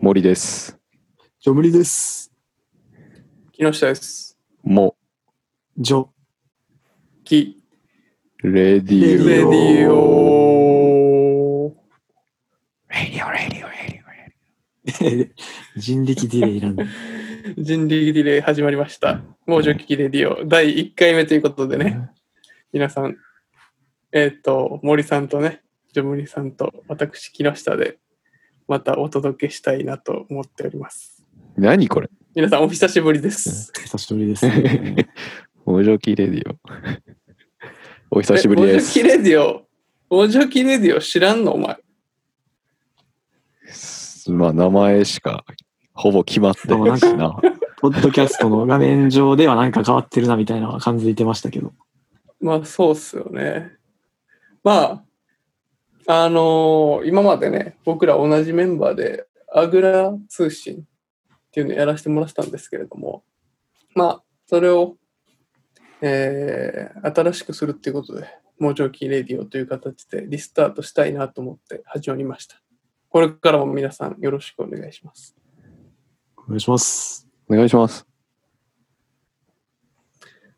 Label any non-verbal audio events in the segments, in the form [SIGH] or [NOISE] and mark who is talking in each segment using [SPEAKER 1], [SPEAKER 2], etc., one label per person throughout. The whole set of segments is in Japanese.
[SPEAKER 1] 森です。
[SPEAKER 2] ジョムリです。
[SPEAKER 3] 木下です。
[SPEAKER 1] も、
[SPEAKER 2] ジョ。
[SPEAKER 3] 木、
[SPEAKER 1] レディオ。
[SPEAKER 3] レディオ。
[SPEAKER 1] レディオ、レディオ、レ
[SPEAKER 2] [LAUGHS] 人力ディレイなんで。
[SPEAKER 3] 人力ディレイ始まりました。もうジョキキレディオ。第1回目ということでね、皆さん、えっ、と、森さんとね、ジョムリさんと私、木下で、またお届けしたいなと思っております。
[SPEAKER 1] 何これ [LAUGHS]
[SPEAKER 3] 皆さん、お久しぶりです。
[SPEAKER 2] 久しぶりです、ね。
[SPEAKER 1] おじょきレディオ。 [LAUGHS] お久しぶりで
[SPEAKER 3] え
[SPEAKER 1] す
[SPEAKER 3] もうジョキレディオ、もうジョキレディオ知らんのお前。
[SPEAKER 1] す。まあ、名前しか、ほぼ決まってないしな。
[SPEAKER 2] ポッドキャストの画面上ではなんか変わってるなみたいな感づいてましたけど。
[SPEAKER 3] まあそうっすよね。まあ、あのー今までね、僕ら同じメンバーで、あぐら通信っていうのをやらせてもらってたんですけれども、まあ、それを、えー新しくするっていうことで、もう上記レディオという形でリスタートしたいなと思って始まりました。これからも皆さんよろしくお願いします。
[SPEAKER 2] お願いします。
[SPEAKER 1] お願いします。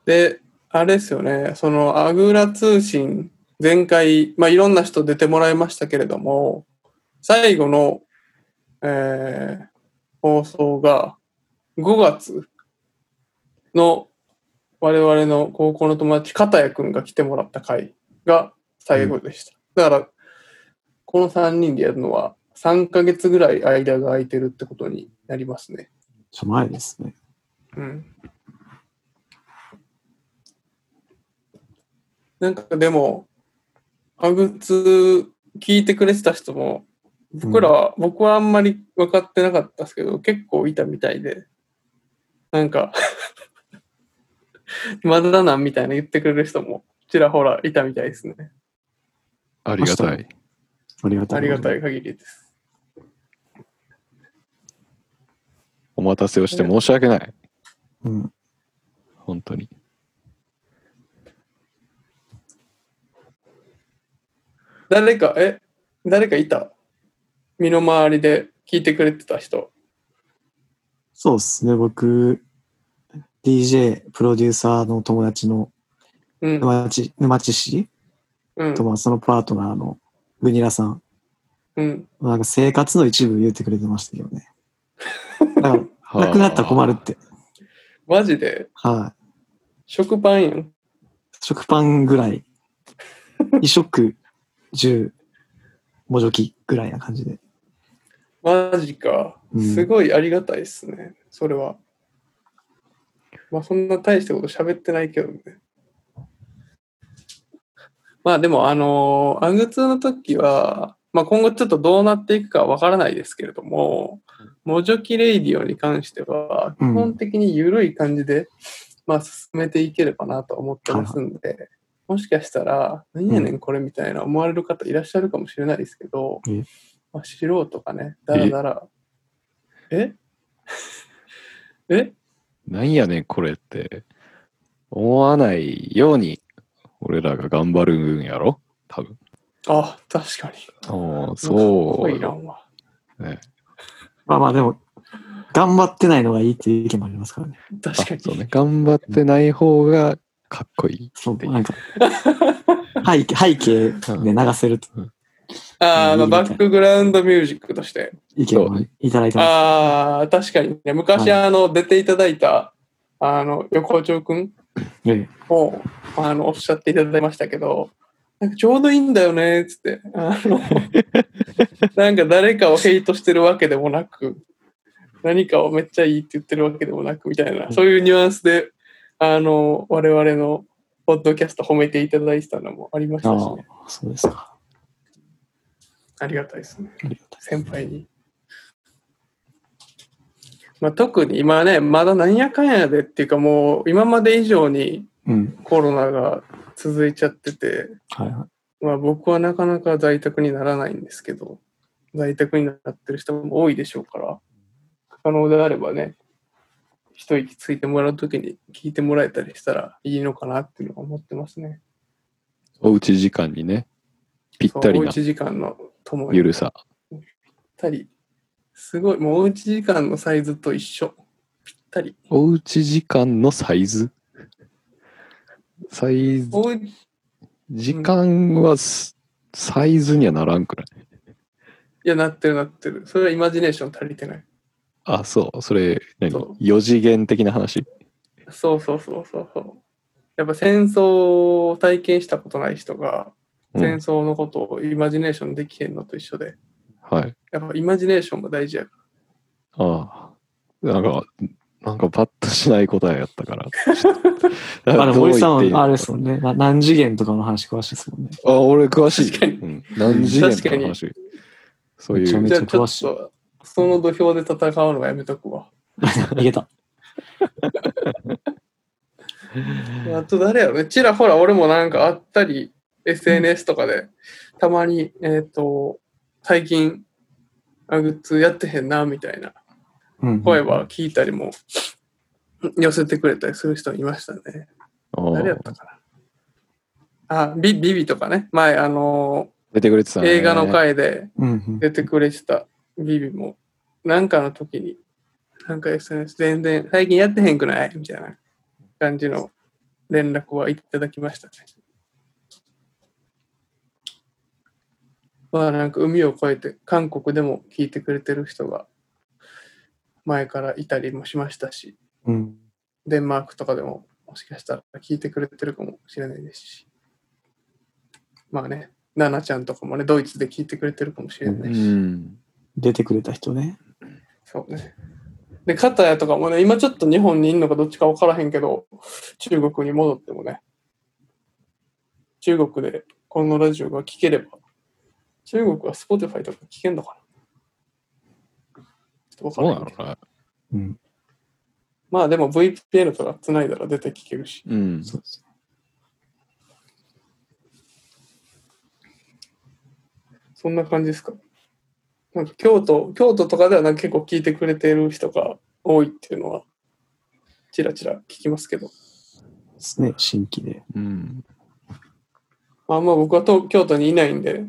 [SPEAKER 3] で、あれですよね、そのアグラ通信、前回、まあ、いろんな人出てもらいましたけれども、最後の、えー放送が5月の我々の高校の友達、片谷くんが来てもらった回が最後でした。だから、この3人でやるのは3ヶ月ぐらい間が空いてるってことになりますね。
[SPEAKER 2] ちょ前ですね。
[SPEAKER 3] うんなんかでも、アグツ聞いてくれてた人も、僕らは、僕はあんまり分かってなかったですけど、結構いたみたいで、なんか、まだだなんみたいな言ってくれる人もちらほらいたみたいですね。
[SPEAKER 1] ありがたい。
[SPEAKER 2] ありがたい。
[SPEAKER 3] ありがた
[SPEAKER 2] い。
[SPEAKER 3] い限りです。
[SPEAKER 1] お待たせをして申し訳ない。
[SPEAKER 2] うん。
[SPEAKER 1] 本当に。
[SPEAKER 3] 誰か、え、誰かいた身の回りで聞いてくれてた人。
[SPEAKER 2] そうですね。僕、DJ、プロデューサーの友達の
[SPEAKER 3] うん。
[SPEAKER 2] 沼地、沼地市
[SPEAKER 3] うん
[SPEAKER 2] と、。まあそのパートナーのグニラさん。
[SPEAKER 3] うん。
[SPEAKER 2] まあなんか生活の一部言ってくれてましたけど
[SPEAKER 3] [LAUGHS]
[SPEAKER 2] ね。だから、なくなったら困るって。
[SPEAKER 3] マジで
[SPEAKER 2] はい。
[SPEAKER 3] 食パンやん。
[SPEAKER 2] 食パンぐらい、2食10、もじょきぐらいな感じで。
[SPEAKER 3] マジか
[SPEAKER 2] う。ん
[SPEAKER 3] すごいありがたいっすね。それは。まあそんな大したこと喋ってないけどね。まあでもあのーアングツーの時は、まあ今後ちょっとどうなっていくかわからないですけれども、モジョキレイディオに関しては、基
[SPEAKER 2] うん
[SPEAKER 3] 本的に緩い感じで、まあ進めていければなと思ってますんで、もしかしたら、何やねんこれみたいな思われる方いらっしゃるかもしれないですけど、
[SPEAKER 2] え
[SPEAKER 3] まあ、素人がね、だらだら、え [LAUGHS] え
[SPEAKER 1] なんやねん、これって。思わないように、俺らが頑張るんやろ多分。
[SPEAKER 3] あ、確かに。
[SPEAKER 1] おー
[SPEAKER 3] かっこ
[SPEAKER 1] そう
[SPEAKER 3] いいな、
[SPEAKER 1] よ。
[SPEAKER 3] お前
[SPEAKER 1] ね、
[SPEAKER 2] まあまあでも、頑張ってないのがいいっていう意見もありますからね。
[SPEAKER 3] 確か
[SPEAKER 1] あそう
[SPEAKER 3] に。
[SPEAKER 1] ね。頑張ってない方がかっこいい。
[SPEAKER 2] そう、
[SPEAKER 1] で
[SPEAKER 2] なんか、背景、背景で流せると
[SPEAKER 3] ああ、まあ
[SPEAKER 2] いいみたい
[SPEAKER 3] バックグラウンドミュージックとして。
[SPEAKER 2] 意見もいただいてま
[SPEAKER 3] ああ、確かにね。昔、
[SPEAKER 2] は
[SPEAKER 3] あの、出ていただいた、あの、横丁くん
[SPEAKER 2] す。ええ
[SPEAKER 3] も、あの、おっしゃっていただきましたけど、なんかちょうどいいんだよね、つって。あ
[SPEAKER 2] [LAUGHS]
[SPEAKER 3] の、なんか誰かをヘイトしてるわけでもなく、何かをめっちゃいいって言ってるわけでもなく、みたいな、そういうニュアンスで、あの、我々のポッドキャスト褒めていただいてたのもありましたし
[SPEAKER 2] あ
[SPEAKER 3] ね。
[SPEAKER 2] あ、そうですか。
[SPEAKER 3] ありがたいですね。
[SPEAKER 2] ありがたい。
[SPEAKER 3] 先輩に。まあ、特に今ね、まだなんやかんやでっていうかもう今まで以上に
[SPEAKER 2] うん。
[SPEAKER 3] コロナが続いちゃってて、
[SPEAKER 2] はいはい。
[SPEAKER 3] まあ僕はなかなか在宅にならないんですけど、在宅になってる人も多いでしょうから、可能であればね、一息ついてもらうときに聞いてもらえたりしたらいいのかなっていうのは思ってますね。
[SPEAKER 1] おうち時間にね、ぴっ
[SPEAKER 3] そう
[SPEAKER 1] たり
[SPEAKER 3] おう
[SPEAKER 1] な
[SPEAKER 3] ち時間のともに
[SPEAKER 1] ゆるさ。
[SPEAKER 3] ゆったりすごい。もうおうち時間のサイズと一緒。ぴったり。
[SPEAKER 1] おうち時間のサイズサイズ、
[SPEAKER 3] おう
[SPEAKER 1] 時間はすサイズにはならんくらい。
[SPEAKER 3] いや、なってるなってる。それはイマジネーション足りてない。
[SPEAKER 1] あ、そう。それ、何
[SPEAKER 3] そう
[SPEAKER 1] ?4 次元的な話
[SPEAKER 3] そうそうそうそうそう。やっぱ戦争を体験したことない人が、
[SPEAKER 1] うん
[SPEAKER 3] 戦争のことをイマジネーションできへんのと一緒で、
[SPEAKER 1] はい。
[SPEAKER 3] やっぱイマジネーションが大事やか
[SPEAKER 1] ああ。なんか、なんかパッとしない答えやったから。ちょっと
[SPEAKER 2] あ、でも森さん
[SPEAKER 1] どう言っていいのか
[SPEAKER 2] はあれですもんね。な何次元とかの話詳しいですもんね。
[SPEAKER 1] あ、俺詳しい。
[SPEAKER 3] 確かに
[SPEAKER 1] うん何次元
[SPEAKER 3] 確か
[SPEAKER 1] の
[SPEAKER 3] に
[SPEAKER 1] 話。そうい
[SPEAKER 2] めちゃ
[SPEAKER 3] ら。
[SPEAKER 1] う
[SPEAKER 2] め。
[SPEAKER 3] じゃあちょ
[SPEAKER 2] 詳
[SPEAKER 3] っ
[SPEAKER 2] しい
[SPEAKER 3] と、その土俵で戦うのはやめとくわ。
[SPEAKER 2] いけた。
[SPEAKER 3] あと誰やろね。ちらほら俺もなんかあったり、SNS とかで、たまに、えっ、と、最近、アグッズやってへんな、みたいな
[SPEAKER 2] うん。
[SPEAKER 3] 声は聞いたりも、寄せてくれたりする人いましたね。
[SPEAKER 1] あ
[SPEAKER 3] 誰や
[SPEAKER 1] ー
[SPEAKER 3] ったかな。あ、ビビビとかね。前、あの
[SPEAKER 1] 出てくれてた
[SPEAKER 3] ー
[SPEAKER 1] ね
[SPEAKER 3] 映画の回で
[SPEAKER 2] うんうん。
[SPEAKER 3] 出てくれてたビビも、なんかの時に、なんか SNS 全然、最近やってへんくないみたいな感じの連絡はいただきましたね。まあなんか海を越えて韓国でも聞いてくれてる人が前からいたりもしましたし、
[SPEAKER 2] うん。
[SPEAKER 3] デンマークとかでももしかしたら聞いてくれてるかもしれないですし。まあね、ナナちゃんとかもね、ドイツで聞いてくれてるかもしれな
[SPEAKER 1] う
[SPEAKER 3] いし。
[SPEAKER 1] ん。
[SPEAKER 2] 出てくれた人ね。
[SPEAKER 3] そうね。で、カタヤとかもね、今ちょっと日本にいるのかどっちか分からへんけど、中国に戻ってもね、中国でこのラジオが聞ければ、中国は Spotify とか聞けんのかなちょっと
[SPEAKER 1] そう
[SPEAKER 3] 分
[SPEAKER 1] なの
[SPEAKER 3] からへんけど。
[SPEAKER 1] かな
[SPEAKER 2] うん。
[SPEAKER 3] まあでも VPN とか繋いだら出て聞けるし。
[SPEAKER 1] うん。
[SPEAKER 2] そうです。
[SPEAKER 3] そんな感じですかなんか京都、京都とかではなんか結構聞いてくれてる人が多いっていうのは、ちらちら聞きますけど、
[SPEAKER 2] ですね。新規で。
[SPEAKER 1] うん。
[SPEAKER 3] まああんま僕はと京都にいないんで、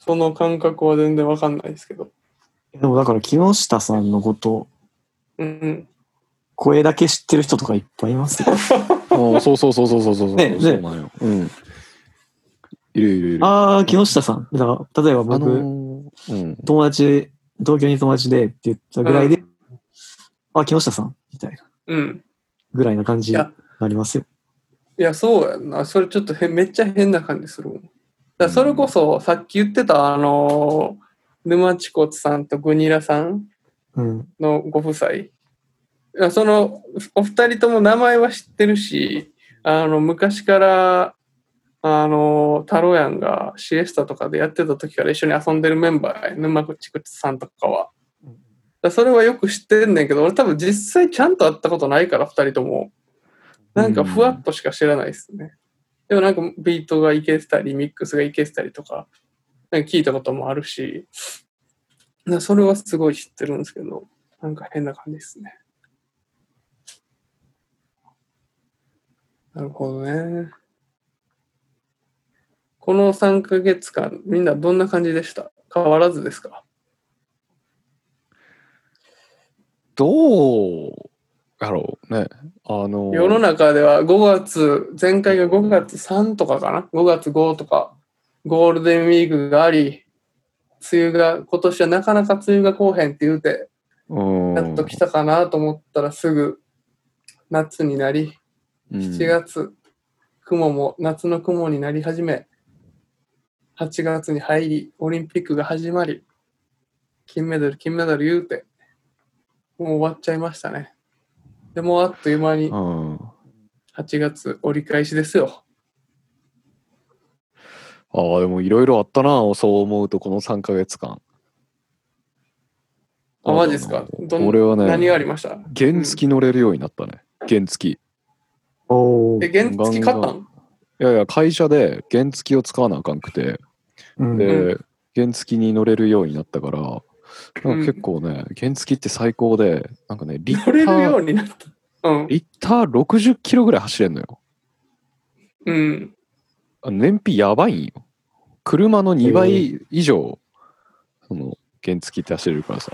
[SPEAKER 3] その感覚は全然わかんないですけど、
[SPEAKER 2] でもだから木下さんのこと、
[SPEAKER 3] うん
[SPEAKER 2] 声だけ知ってる人とかいっぱいいますよ。
[SPEAKER 1] あそうそうそうそうそうそう。
[SPEAKER 2] ねね
[SPEAKER 1] そうなんよ。うん。いるいるいる。
[SPEAKER 2] [LAUGHS] ああ、木下さん。だから例えば僕、
[SPEAKER 1] あのーうん。
[SPEAKER 2] 友達、東京に友達でって言ったぐらいで、
[SPEAKER 3] う
[SPEAKER 2] あ、木下さんみたいな。
[SPEAKER 3] うん、うん。
[SPEAKER 2] ぐらいな感じ
[SPEAKER 3] い
[SPEAKER 2] に
[SPEAKER 3] や
[SPEAKER 2] なりますよ。
[SPEAKER 3] いや、そうやんな。それちょっとへんめっちゃ変な感じするもん。だからそれこそ、さっき言ってた、あのー沼地骨さんとグニラさん
[SPEAKER 2] うん。
[SPEAKER 3] のご夫妻いやそのお二人とも名前は知ってるしあの昔からあのタロヤンがシエスタとかでやってた時から一緒に遊んでるメンバーや沼口口さんとかはだからそれはよく知ってんねんけど俺多分実際ちゃんと会ったことないから二人ともなんかふわっとしか知らないですね、でもなんかビートがいけてたりミックスがいけてたりとかなんか聞いたこともあるしだからそれはすごい知ってるんですけどなんか変な感じですね。なるほどね。この3ヶ月間、みんなどんな感じでした変わらずですか
[SPEAKER 1] どうやろうね。あのー
[SPEAKER 3] 世の中では5月、前回が5月3とかかな ?5 月5とか、ゴールデンウィークがあり、梅雨が、今年はなかなか梅雨が来うへんって言うて、
[SPEAKER 1] うん
[SPEAKER 3] やっと来たかなと思ったらすぐ夏になり、
[SPEAKER 1] うん
[SPEAKER 3] 7月、雲も夏の雲になり始め8月に入りオリンピックが始まり金メダル金メダル言うてもう終わっちゃいましたねでもうあっという間に
[SPEAKER 1] うん。
[SPEAKER 3] 8月折り返しですよ
[SPEAKER 1] ああ、でもいろいろあったな、そう思うと、この3ヶ月間。
[SPEAKER 3] あマジですかどん
[SPEAKER 1] 俺はね、
[SPEAKER 3] 何がありました
[SPEAKER 1] 原付乗れるようになったね。原付。い
[SPEAKER 2] おお
[SPEAKER 3] え。原付買っ
[SPEAKER 1] ガ
[SPEAKER 3] た
[SPEAKER 1] ンガ
[SPEAKER 3] ん
[SPEAKER 1] やいや、会社で原付を使わなあかんくて、
[SPEAKER 2] うん
[SPEAKER 1] で、原付に乗れるようになったから、なんか結構ね、原付って最高で、なんかね、リッタ
[SPEAKER 3] 乗れるよ
[SPEAKER 1] ー、
[SPEAKER 3] うになったうん
[SPEAKER 1] リッター60キロぐらい走れんのよ。
[SPEAKER 3] うん
[SPEAKER 1] あ燃費やばいんよ。車の2倍以上、その原付き足してるからさ、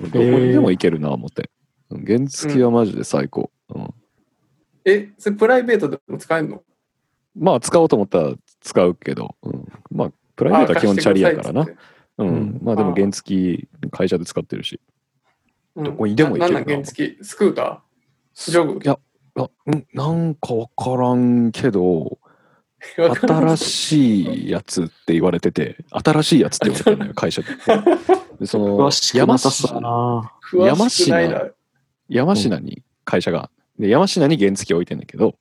[SPEAKER 1] どこ
[SPEAKER 2] え
[SPEAKER 1] にでも行けるな、思って。うん原付きはマジで最高。うん
[SPEAKER 3] え、それプライベートでも使えるの
[SPEAKER 1] まあ、使おうと思ったら使うけど、うんまあ、プライベートは基本チャリやからな。うん
[SPEAKER 2] うん
[SPEAKER 1] まあ、で
[SPEAKER 3] あ
[SPEAKER 1] も
[SPEAKER 3] ー
[SPEAKER 1] 原付き会社で使ってるし。
[SPEAKER 3] ど
[SPEAKER 1] どこにでも行けるな
[SPEAKER 3] なんなん原付スクータージョグ
[SPEAKER 1] いや、あうんなんかわからんけど、
[SPEAKER 3] わかんな
[SPEAKER 1] 新
[SPEAKER 3] い
[SPEAKER 1] しいやつって言われてて、新しいやつって言われてるの
[SPEAKER 3] [LAUGHS]
[SPEAKER 1] よ、会社で。でその
[SPEAKER 2] 詳しくな
[SPEAKER 1] 山
[SPEAKER 2] さそうだ
[SPEAKER 1] 科
[SPEAKER 2] な。
[SPEAKER 3] 詳しくないな
[SPEAKER 1] 山。山科に会社が、で山科に原付き置いてんだけど、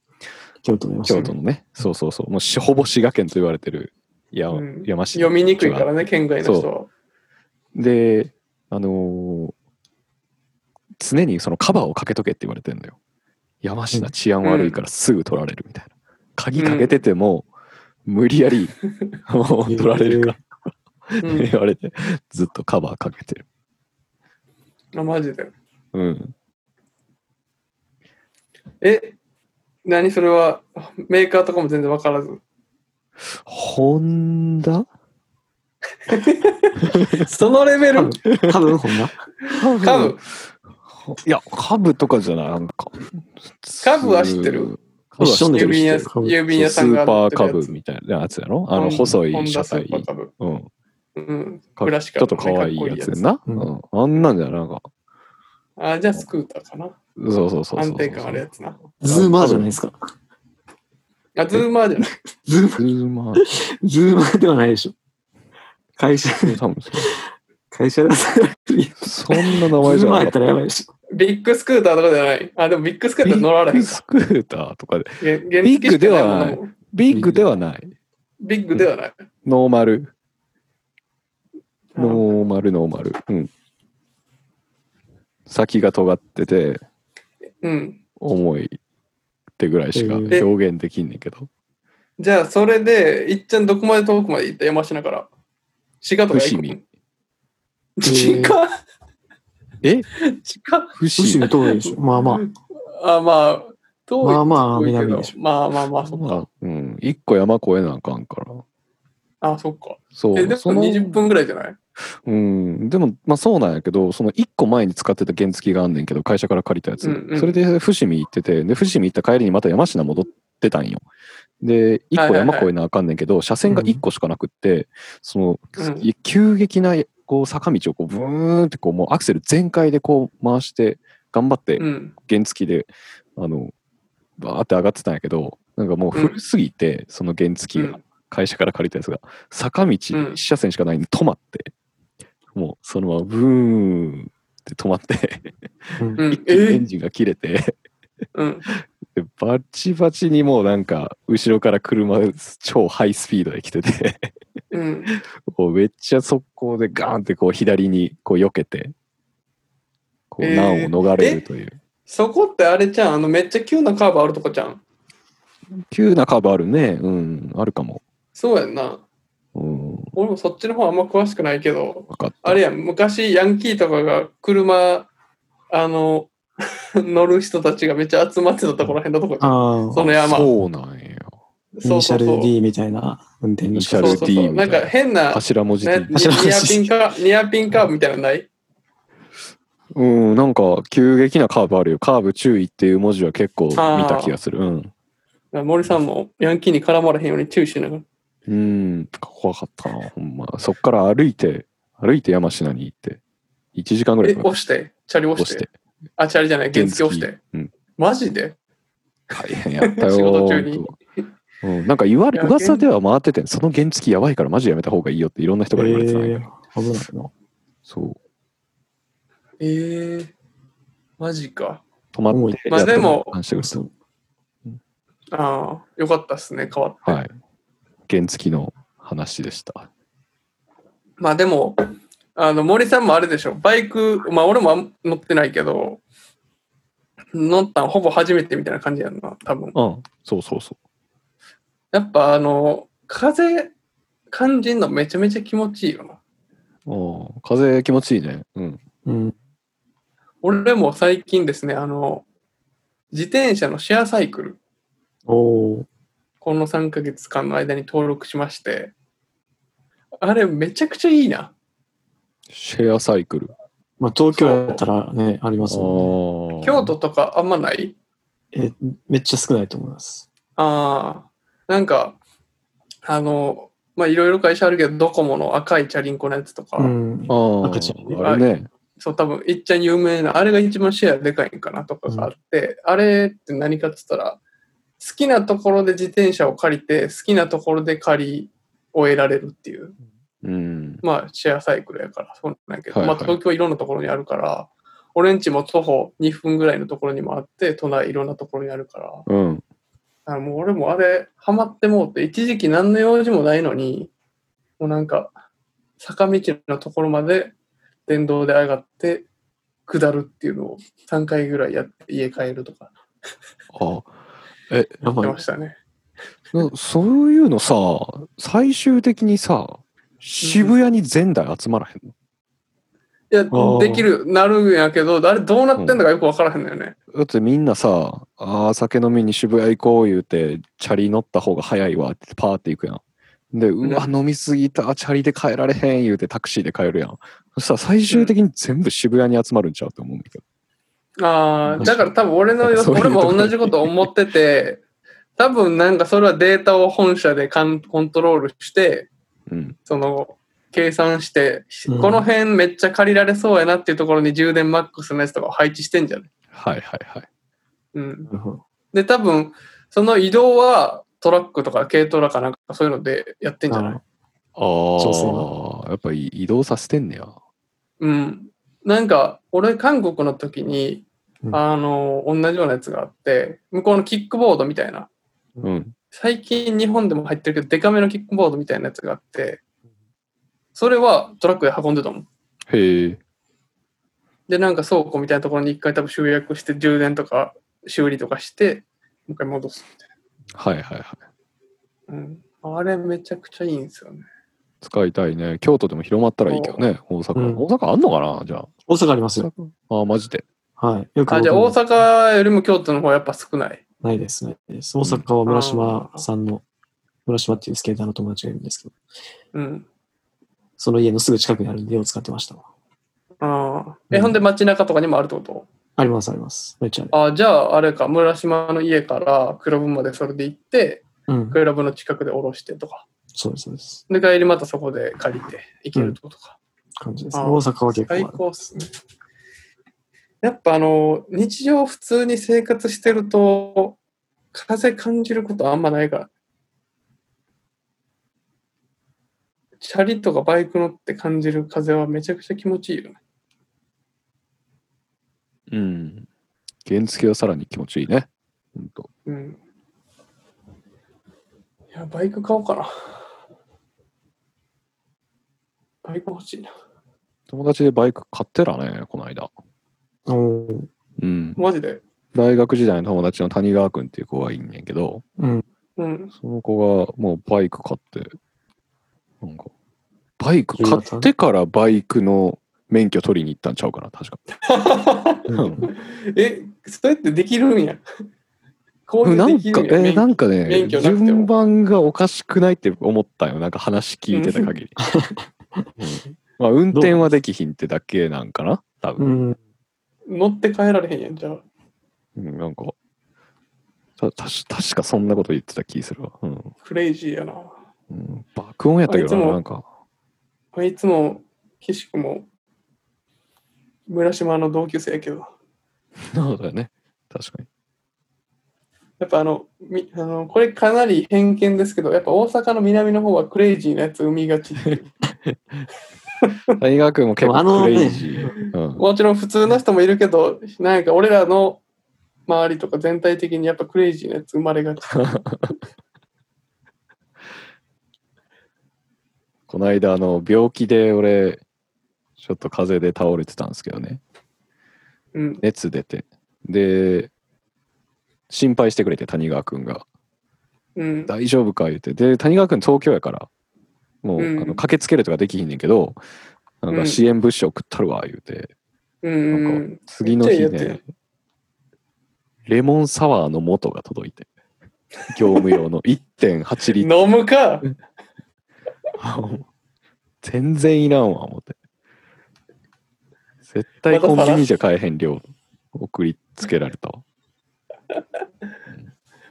[SPEAKER 2] 京都の
[SPEAKER 1] 京都のね、そうそうそう、もうしほぼ滋賀県と言われてるや、
[SPEAKER 3] うん
[SPEAKER 1] 山市
[SPEAKER 3] 読みにくいからね、県外の人は。
[SPEAKER 1] で、あのー常にそのカバーをかけとけって言われてるのよ。山科治安悪いからすぐ取られるみたいな。鍵かけてても、無理やり、も [LAUGHS] う取られるから
[SPEAKER 3] う
[SPEAKER 1] って
[SPEAKER 3] ん
[SPEAKER 1] 言われて、ずっとカバーかけてる。 [LAUGHS]
[SPEAKER 3] あ、マジで。
[SPEAKER 1] うん。
[SPEAKER 3] え、何それは、メーカーとかも全然わからず。
[SPEAKER 1] ホンダ
[SPEAKER 3] そのレベル
[SPEAKER 2] 多分ほん [LAUGHS] な。
[SPEAKER 3] カブ。
[SPEAKER 1] いや、カブとかじゃない、なんか。
[SPEAKER 3] カブは知ってる
[SPEAKER 1] カブは知って
[SPEAKER 2] 一緒の
[SPEAKER 1] る
[SPEAKER 3] 郵
[SPEAKER 1] 知って
[SPEAKER 3] 便屋
[SPEAKER 1] る
[SPEAKER 2] カブ
[SPEAKER 3] 郵便屋
[SPEAKER 1] ス
[SPEAKER 3] さんが
[SPEAKER 1] ー
[SPEAKER 3] 乗
[SPEAKER 1] パ
[SPEAKER 3] っ
[SPEAKER 1] ー
[SPEAKER 3] てる
[SPEAKER 1] カ
[SPEAKER 3] やつ
[SPEAKER 1] ブみたいなやつやろあ
[SPEAKER 3] ホ
[SPEAKER 1] の、
[SPEAKER 3] ン
[SPEAKER 1] 細
[SPEAKER 3] ホン
[SPEAKER 1] い車
[SPEAKER 3] ダスーパ
[SPEAKER 1] 体。
[SPEAKER 3] ーカブ
[SPEAKER 1] うん。
[SPEAKER 3] うん。
[SPEAKER 1] か
[SPEAKER 3] クラシ
[SPEAKER 1] ち
[SPEAKER 3] カ
[SPEAKER 1] ょ
[SPEAKER 3] ル
[SPEAKER 1] っと可愛いやつやんな。
[SPEAKER 2] かっこいいやつ
[SPEAKER 1] うん。あんなんじゃなんか。
[SPEAKER 3] あ、じゃあスクーターかな。
[SPEAKER 1] そうそうそうそうそう。
[SPEAKER 3] 安定感あるやつな。
[SPEAKER 2] ズーマーじゃないですか。
[SPEAKER 3] あ、ズーマーじゃない。
[SPEAKER 2] ズーマ
[SPEAKER 1] ズーマー。
[SPEAKER 2] ー、ズーマーではないでしょ。会社、
[SPEAKER 1] 多分
[SPEAKER 2] 会社だったら、ズー
[SPEAKER 1] そんな名
[SPEAKER 2] マ
[SPEAKER 1] 前じゃ
[SPEAKER 2] ー
[SPEAKER 1] な
[SPEAKER 2] や
[SPEAKER 1] か
[SPEAKER 2] っ
[SPEAKER 1] った
[SPEAKER 2] たらやばいでしょ。
[SPEAKER 3] ビッグスクーターとかじゃない。あ、でもビッグスクーター乗られへ
[SPEAKER 1] ビッ
[SPEAKER 3] ん
[SPEAKER 1] グ
[SPEAKER 3] か。
[SPEAKER 1] スクーターとかで。
[SPEAKER 3] げ原付しかないもんな
[SPEAKER 1] ビッグではないビッグではない。
[SPEAKER 3] ビッグではない。
[SPEAKER 1] ノーマル。
[SPEAKER 3] あ
[SPEAKER 1] ノーマル、ノーマル。うん。先が尖ってて、
[SPEAKER 3] うん。
[SPEAKER 1] 重いってぐらいしか
[SPEAKER 2] え
[SPEAKER 1] 表
[SPEAKER 3] ー
[SPEAKER 1] 現できんねんけど。
[SPEAKER 3] じゃあ、それで、いっちゃんどこまで遠くまで行った山科から。滋賀とか行く
[SPEAKER 1] 伏見
[SPEAKER 3] 近っ
[SPEAKER 1] え
[SPEAKER 3] 近っ
[SPEAKER 1] 不
[SPEAKER 2] むし
[SPEAKER 1] 死
[SPEAKER 2] ろ遠いでしょ。まあまあ。
[SPEAKER 3] あ、まあ、遠い。
[SPEAKER 2] まあまあ
[SPEAKER 3] 遠いけど
[SPEAKER 2] 南でし
[SPEAKER 3] まあまあまあ、そっか。
[SPEAKER 1] あうん。一個山越えなあかんから。
[SPEAKER 3] あ、そっか。
[SPEAKER 1] そう。
[SPEAKER 3] え、でも
[SPEAKER 1] その
[SPEAKER 3] 20分ぐらいじゃない
[SPEAKER 1] うん、でも、まあそうなんやけど、その1個前に使ってた原付があんねんけど、会社から借りたやつ。
[SPEAKER 3] うんうん
[SPEAKER 1] それで伏見行ってて、で、伏見行った帰りにまた山科戻ってたんよ。で、1個
[SPEAKER 3] はいはいは
[SPEAKER 1] 山
[SPEAKER 3] い
[SPEAKER 1] 越えなあかんねんけど、車線が1個しかなくって、その、
[SPEAKER 3] うん
[SPEAKER 1] い急激なこう坂道をこうブーンってこう、もうアクセル全開でこう回して、頑張って
[SPEAKER 3] うん。
[SPEAKER 1] 原付で、あの、バーって上がってたんやけど、なんかもう古すぎて、その原付が、
[SPEAKER 3] うん
[SPEAKER 1] 会社から借りたやつが、坂道
[SPEAKER 3] うん
[SPEAKER 1] 1車線しかないんで止まって、もうそのままブーンって止まって、
[SPEAKER 2] うん
[SPEAKER 3] うん
[SPEAKER 1] 一。気
[SPEAKER 3] え
[SPEAKER 1] にエン
[SPEAKER 3] ー
[SPEAKER 1] ジンが切れて、
[SPEAKER 3] うん。
[SPEAKER 1] でバチバチにもうなんか、後ろから車超ハイスピードで来てて、
[SPEAKER 3] うん。
[SPEAKER 1] こうめっちゃ速攻でガーンってこう左にこう避けて、こう
[SPEAKER 3] えー
[SPEAKER 1] 難を逃れるという。
[SPEAKER 3] そこってあれじゃん。あの、めっちゃ急なカーブあるとこじゃん。
[SPEAKER 1] 急なカーブあるね。うん、あるかも。
[SPEAKER 3] そうやんな。
[SPEAKER 1] うん、
[SPEAKER 3] 俺もそっちの方あんま詳しくないけど、
[SPEAKER 1] 分かった。
[SPEAKER 3] あれやん、昔ヤンキーとかが車、あの、 [LAUGHS] 乗る人たちがめっちゃ集まってたところ変なとこ
[SPEAKER 2] ああ
[SPEAKER 3] そ、の山。
[SPEAKER 1] そうなんや。
[SPEAKER 2] イニシャル
[SPEAKER 3] そう
[SPEAKER 2] D みたいな運転
[SPEAKER 1] イ
[SPEAKER 2] の
[SPEAKER 1] ニ
[SPEAKER 2] 仕
[SPEAKER 1] シ
[SPEAKER 2] 方
[SPEAKER 1] ャ
[SPEAKER 3] そう
[SPEAKER 1] ル
[SPEAKER 3] そう
[SPEAKER 1] D
[SPEAKER 3] そう。
[SPEAKER 1] みた
[SPEAKER 3] ないんか
[SPEAKER 1] な。
[SPEAKER 3] 変な、
[SPEAKER 1] 頭文字
[SPEAKER 3] ね
[SPEAKER 1] D。
[SPEAKER 3] ニニアピンカー、ニアピンカーブみたいなのない
[SPEAKER 1] うん、なんか急激なカーブあるよ。カーブ注意っていう文字は結構見た気がする。うん。
[SPEAKER 3] 森さんもヤンキーに絡まれへんように注意しながら。
[SPEAKER 1] うん、怖かったな、ほんま。そっから歩いて、歩いて山科に行って、1時間ぐら
[SPEAKER 3] え、
[SPEAKER 1] いかかっ
[SPEAKER 3] 押して、チャリ
[SPEAKER 1] た
[SPEAKER 3] 押して。。あ、チャリじゃない、原付押
[SPEAKER 1] 押
[SPEAKER 3] して。。
[SPEAKER 1] うん。
[SPEAKER 3] マジで
[SPEAKER 1] 大変やったよ。
[SPEAKER 3] 仕事中に
[SPEAKER 1] ほんとうん、なんか言われ、
[SPEAKER 3] いや
[SPEAKER 1] 噂では回ってて、その原付やばいからマジやめた方がいいよっていろんな人から言われてたんやけど、
[SPEAKER 2] えー危ないな。
[SPEAKER 1] そう。
[SPEAKER 3] えー、マジか。
[SPEAKER 1] 止ま
[SPEAKER 2] 重
[SPEAKER 1] っ
[SPEAKER 2] い
[SPEAKER 1] て、
[SPEAKER 3] まあでも
[SPEAKER 1] やっとしてくれた
[SPEAKER 2] そう
[SPEAKER 3] ああ、よかったっすね、変わって。
[SPEAKER 1] はい。原付の話でした。
[SPEAKER 3] まあでも、あの森さんもあれでしょ、バイク、まあ俺もあん乗ってないけど、乗ったんほぼ初めてみたいな感じやんな、多分。
[SPEAKER 1] うん、そうそうそ
[SPEAKER 3] やっぱあの、風感じんのめちゃめちゃ気持ちいいよな。
[SPEAKER 1] う。うん、風気持ちいいね。うん。
[SPEAKER 2] うん。
[SPEAKER 3] 俺も最近ですね、あの、自転車のシェアサイクル、
[SPEAKER 2] おお
[SPEAKER 3] この3ヶ月間の間に登録しまして、あれめちゃくちゃいいな。
[SPEAKER 1] シェアサイクル。
[SPEAKER 2] まあ、東京やったらね、ありますもんね。
[SPEAKER 3] 京都とかあんまない
[SPEAKER 2] え、めっちゃ少ないと思います。
[SPEAKER 3] ああ、なんか、あの、まあ、いろいろ会社あるけど、ドコモの赤いチャリンコのやつとか、
[SPEAKER 2] うん。
[SPEAKER 1] ああ
[SPEAKER 2] 赤ちゃんね
[SPEAKER 1] あれね。
[SPEAKER 3] そう、多分、いっちゃん有名な、あれが一番シェアでかいんかなとかがあって、あれって何かって言ったら、好きなところで自転車を借りて、好きなところで借り終えられるっていう、
[SPEAKER 1] うん。
[SPEAKER 3] まあ、シェアサイクルやから、そうなんやけど、
[SPEAKER 1] はいはい
[SPEAKER 3] まあ、東京いろんなところにあるから、俺んちも徒歩2分ぐらいのところにもあって、都内いろんなところにあるから、
[SPEAKER 1] うん。
[SPEAKER 3] あもう俺もあれ、ハマってもうて、一時期何の用事もないのに、もうなんか、坂道のところまで電動で上がって、下るっていうのを3回ぐらいやって家帰るとか
[SPEAKER 1] あ
[SPEAKER 2] やば
[SPEAKER 3] やって
[SPEAKER 2] い
[SPEAKER 3] ま。したね。
[SPEAKER 1] なそういうのさ、最終的にさ、渋谷に全台集まらへんの、
[SPEAKER 3] いや、
[SPEAKER 2] ー
[SPEAKER 3] できる、なるんやけど、あれどうなってんだかよくわからへんのよね。
[SPEAKER 1] だってみんなさ、あー酒飲みに渋谷行こう言うて、チャリ乗った方が早いわってパーって行くやん。で、うわ、飲みすぎた、チャリで帰られへん言うてタクシーで帰るやん。そしたら最終的に全部渋谷に集まるんちゃうと思うんだけど。
[SPEAKER 3] ああ、だから多分俺の予想、
[SPEAKER 1] そういう
[SPEAKER 3] 俺
[SPEAKER 1] とこ
[SPEAKER 3] も同じこと思ってて、多分なんかそれはデータを本社でカンコントロールして、
[SPEAKER 1] うん。
[SPEAKER 3] その計算して、
[SPEAKER 2] うん
[SPEAKER 3] この辺めっちゃ借りられそうやなっていうところに充電マックスのやつとかを配置してんじゃない、
[SPEAKER 1] はいはいはい。
[SPEAKER 3] うん、
[SPEAKER 2] なるほど
[SPEAKER 3] で多分その移動はトラックとか軽トラかなんかそういうのでやってんじゃない、
[SPEAKER 2] あ
[SPEAKER 1] ああ、やっぱり移動させてんねや。
[SPEAKER 3] うん、なんか俺韓国の時に、
[SPEAKER 2] うん
[SPEAKER 3] あの同じようなやつがあって向こうのキックボードみたいな
[SPEAKER 1] うん。
[SPEAKER 3] 最近日本でも入ってるけどデカめのキックボードみたいなやつがあってそれはトラックで運んでたもん
[SPEAKER 1] へえ。
[SPEAKER 3] で、なんか倉庫みたいなところに一回多分集約して充電とか修理とかして、もう一回戻す
[SPEAKER 1] はいはいはい。
[SPEAKER 3] みたいな。うん。あれめちゃくちゃいいんですよね。
[SPEAKER 1] 使いたいね。京都でも広まったらいいけどね、大阪。
[SPEAKER 2] うん
[SPEAKER 1] 大阪あんのかなじゃあ。
[SPEAKER 2] 大阪ありますよ。
[SPEAKER 1] ああ、マジで。
[SPEAKER 2] はい。よく
[SPEAKER 3] あ、じゃあ大
[SPEAKER 2] 僕も
[SPEAKER 3] 阪よりも京都の方はやっぱ少ない。
[SPEAKER 2] ないですね。大阪は村島さんの、村島っていうスケーターの友達がいるんですけど、
[SPEAKER 3] うん。
[SPEAKER 2] その家のすぐ近くにあるんで、よう使ってましたわ。
[SPEAKER 3] ああ。え、
[SPEAKER 2] うん
[SPEAKER 3] ほんで街中とかにもあるってこと
[SPEAKER 2] あります、あります。めっちゃある。
[SPEAKER 3] あ、じゃああれか、村島の家からクラブまでそれで行って、
[SPEAKER 2] うん。
[SPEAKER 3] クラブの近くで降ろしてとか。
[SPEAKER 2] そうです、そうです。
[SPEAKER 3] で、帰りまたそこで借りて行けるってことか。
[SPEAKER 2] 感じです。
[SPEAKER 3] あ
[SPEAKER 2] 大
[SPEAKER 3] ー
[SPEAKER 2] 阪は結構あ
[SPEAKER 3] 最
[SPEAKER 2] る。
[SPEAKER 3] 高っすね。やっぱあの、日常普通に生活してると、風感じることあんまないから。チャリとかバイク乗って感じる風はめちゃくちゃ気持ちいいよね。
[SPEAKER 1] うん。原付はさらに気持ちいいね。ほんと
[SPEAKER 3] うん。いや、バイク買おうかな。バイク欲しいな。
[SPEAKER 1] 友達でバイク買ってたね、この間。
[SPEAKER 2] おー
[SPEAKER 1] うん。
[SPEAKER 3] マジで。
[SPEAKER 1] 大学時代の友達の谷川君っていう子がいんねんけど、
[SPEAKER 2] うん。
[SPEAKER 3] うん。
[SPEAKER 1] その子がもうバイク買って、なんか、バイク買ってからバイクの免許取りに行ったんちゃうかな、確か。
[SPEAKER 2] うん
[SPEAKER 3] え、そうやってできるんや。こう
[SPEAKER 1] う
[SPEAKER 3] い
[SPEAKER 1] んな
[SPEAKER 3] うんで
[SPEAKER 1] か
[SPEAKER 3] き、るんや。
[SPEAKER 1] え、なんか
[SPEAKER 3] 免
[SPEAKER 1] ね、
[SPEAKER 3] 許なくても
[SPEAKER 1] 順番がおかしくないって思ったよ。なんか話聞いてた限り。うんまあ、運転はできひんってだけなんかな多分。
[SPEAKER 2] うん。
[SPEAKER 3] 乗って帰られへんやんじゃあ
[SPEAKER 1] うん、なんか、たたし確かそんなこと言ってた気するわ。うん。
[SPEAKER 3] クレイジーやな
[SPEAKER 1] うん、爆音やったけ
[SPEAKER 3] あいつ
[SPEAKER 1] ど
[SPEAKER 3] も
[SPEAKER 1] な、なんか。
[SPEAKER 3] まあいつも岸君も村島の同級生やけど
[SPEAKER 1] そうだよね。確かに。
[SPEAKER 3] やっぱあのみあのこれかなり偏見ですけどやっぱ大阪の南の方はクレイジーなやつ生
[SPEAKER 1] [LAUGHS]
[SPEAKER 3] みがちっていう
[SPEAKER 1] 谷川君も結
[SPEAKER 2] でもあ
[SPEAKER 1] 構
[SPEAKER 2] の
[SPEAKER 1] ク
[SPEAKER 2] ね
[SPEAKER 1] レイジー。うん、
[SPEAKER 3] もちろん普通の人もいるけどなんか俺らの周りとか全体的にやっぱクレイジーなやつ生まれ
[SPEAKER 1] [LAUGHS]
[SPEAKER 3] がち
[SPEAKER 1] この間、あの、病気で俺、ちょっと風邪で倒れてたんですけどね。
[SPEAKER 3] うん
[SPEAKER 1] 熱出て。で、心配してくれて、谷川君が。
[SPEAKER 3] うん
[SPEAKER 1] 大丈夫か言って。で、谷川君東京やから、もう、
[SPEAKER 3] うん
[SPEAKER 1] あの駆けつけるとかできひんねんけど、なん
[SPEAKER 3] う
[SPEAKER 1] か
[SPEAKER 3] ん
[SPEAKER 1] 支援物資送ったるわ、言うて。
[SPEAKER 3] うんう
[SPEAKER 1] なん
[SPEAKER 3] ん
[SPEAKER 1] か次の日
[SPEAKER 3] めっちゃいいやつ
[SPEAKER 1] ね、レモンサワーの元が届いて、業務用
[SPEAKER 3] [LAUGHS]
[SPEAKER 1] の1.8リッ
[SPEAKER 3] 飲むか
[SPEAKER 1] ター。全然いらんわ、思って。絶対コンビニじゃ買えへん量送りつけられたわ。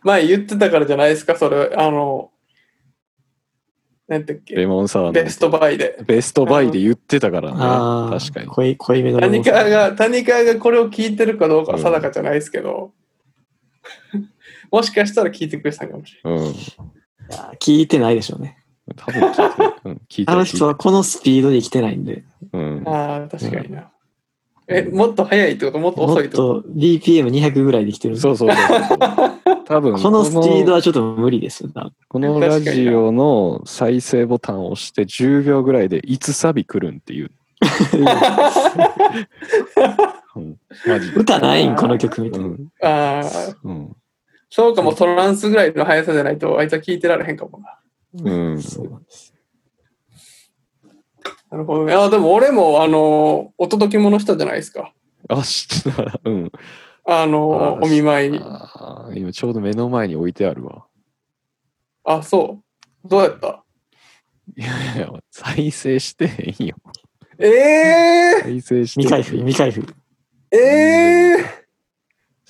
[SPEAKER 3] 前言ってたからじゃないですか、それ。あの、なんてっ
[SPEAKER 1] レ
[SPEAKER 3] け、
[SPEAKER 1] モンサワーの
[SPEAKER 3] ベストバイで。
[SPEAKER 1] ベストバイで言ってたから
[SPEAKER 2] あ
[SPEAKER 1] ね。
[SPEAKER 2] あ、
[SPEAKER 1] 確かに。
[SPEAKER 2] 濃い濃いめのレモン
[SPEAKER 3] 谷
[SPEAKER 2] サワ
[SPEAKER 3] 川
[SPEAKER 2] ー
[SPEAKER 3] が、谷川がこれを聞いてるかどうかは定かじゃないですけど、 [LAUGHS] もしかしたら聞いてくれてたんかもしれ
[SPEAKER 1] うん。
[SPEAKER 2] いや聞いてないでしょうね。
[SPEAKER 1] 多分聞いてる。うん、聞いて
[SPEAKER 2] あ
[SPEAKER 1] る
[SPEAKER 2] の
[SPEAKER 1] 聞いて
[SPEAKER 2] 人
[SPEAKER 1] る
[SPEAKER 2] はこのスピードで生きてないんで、
[SPEAKER 1] うん。
[SPEAKER 3] ない。ああ、確かにな。え、もっと早いってこともっと
[SPEAKER 2] も
[SPEAKER 3] 遅
[SPEAKER 2] っ
[SPEAKER 3] いってこと
[SPEAKER 2] BPM200 ぐらいで生きてるんで
[SPEAKER 1] そうそうそうそう。多分
[SPEAKER 2] このスピードはちょっと無理ですよ。多分
[SPEAKER 1] このラジオの再生ボタンを押して10秒ぐらいでいつサビ来るんっていう。うん、マジで。
[SPEAKER 2] 歌ないん、この曲みた
[SPEAKER 1] う
[SPEAKER 2] いな。
[SPEAKER 1] ん。
[SPEAKER 3] とああ、
[SPEAKER 1] うん。
[SPEAKER 3] そうかもトランスぐらいの速さじゃないと、あいつは聞いてられへんかもな。
[SPEAKER 1] うん。
[SPEAKER 2] そうなんです。
[SPEAKER 3] なるほどね。あーでも俺も、あの、お届け物したじゃないですか。
[SPEAKER 1] あ、した。うん。
[SPEAKER 3] あの、
[SPEAKER 1] あー
[SPEAKER 3] お見舞いに。
[SPEAKER 1] あー今ちょうど目の前に置いてあるわ。
[SPEAKER 3] あ、そう。どうやった
[SPEAKER 1] いやいや、再生してへんよ。
[SPEAKER 3] ええ
[SPEAKER 1] 再生して
[SPEAKER 2] 未
[SPEAKER 1] へん
[SPEAKER 2] 開封、未開封。
[SPEAKER 3] ー、えー、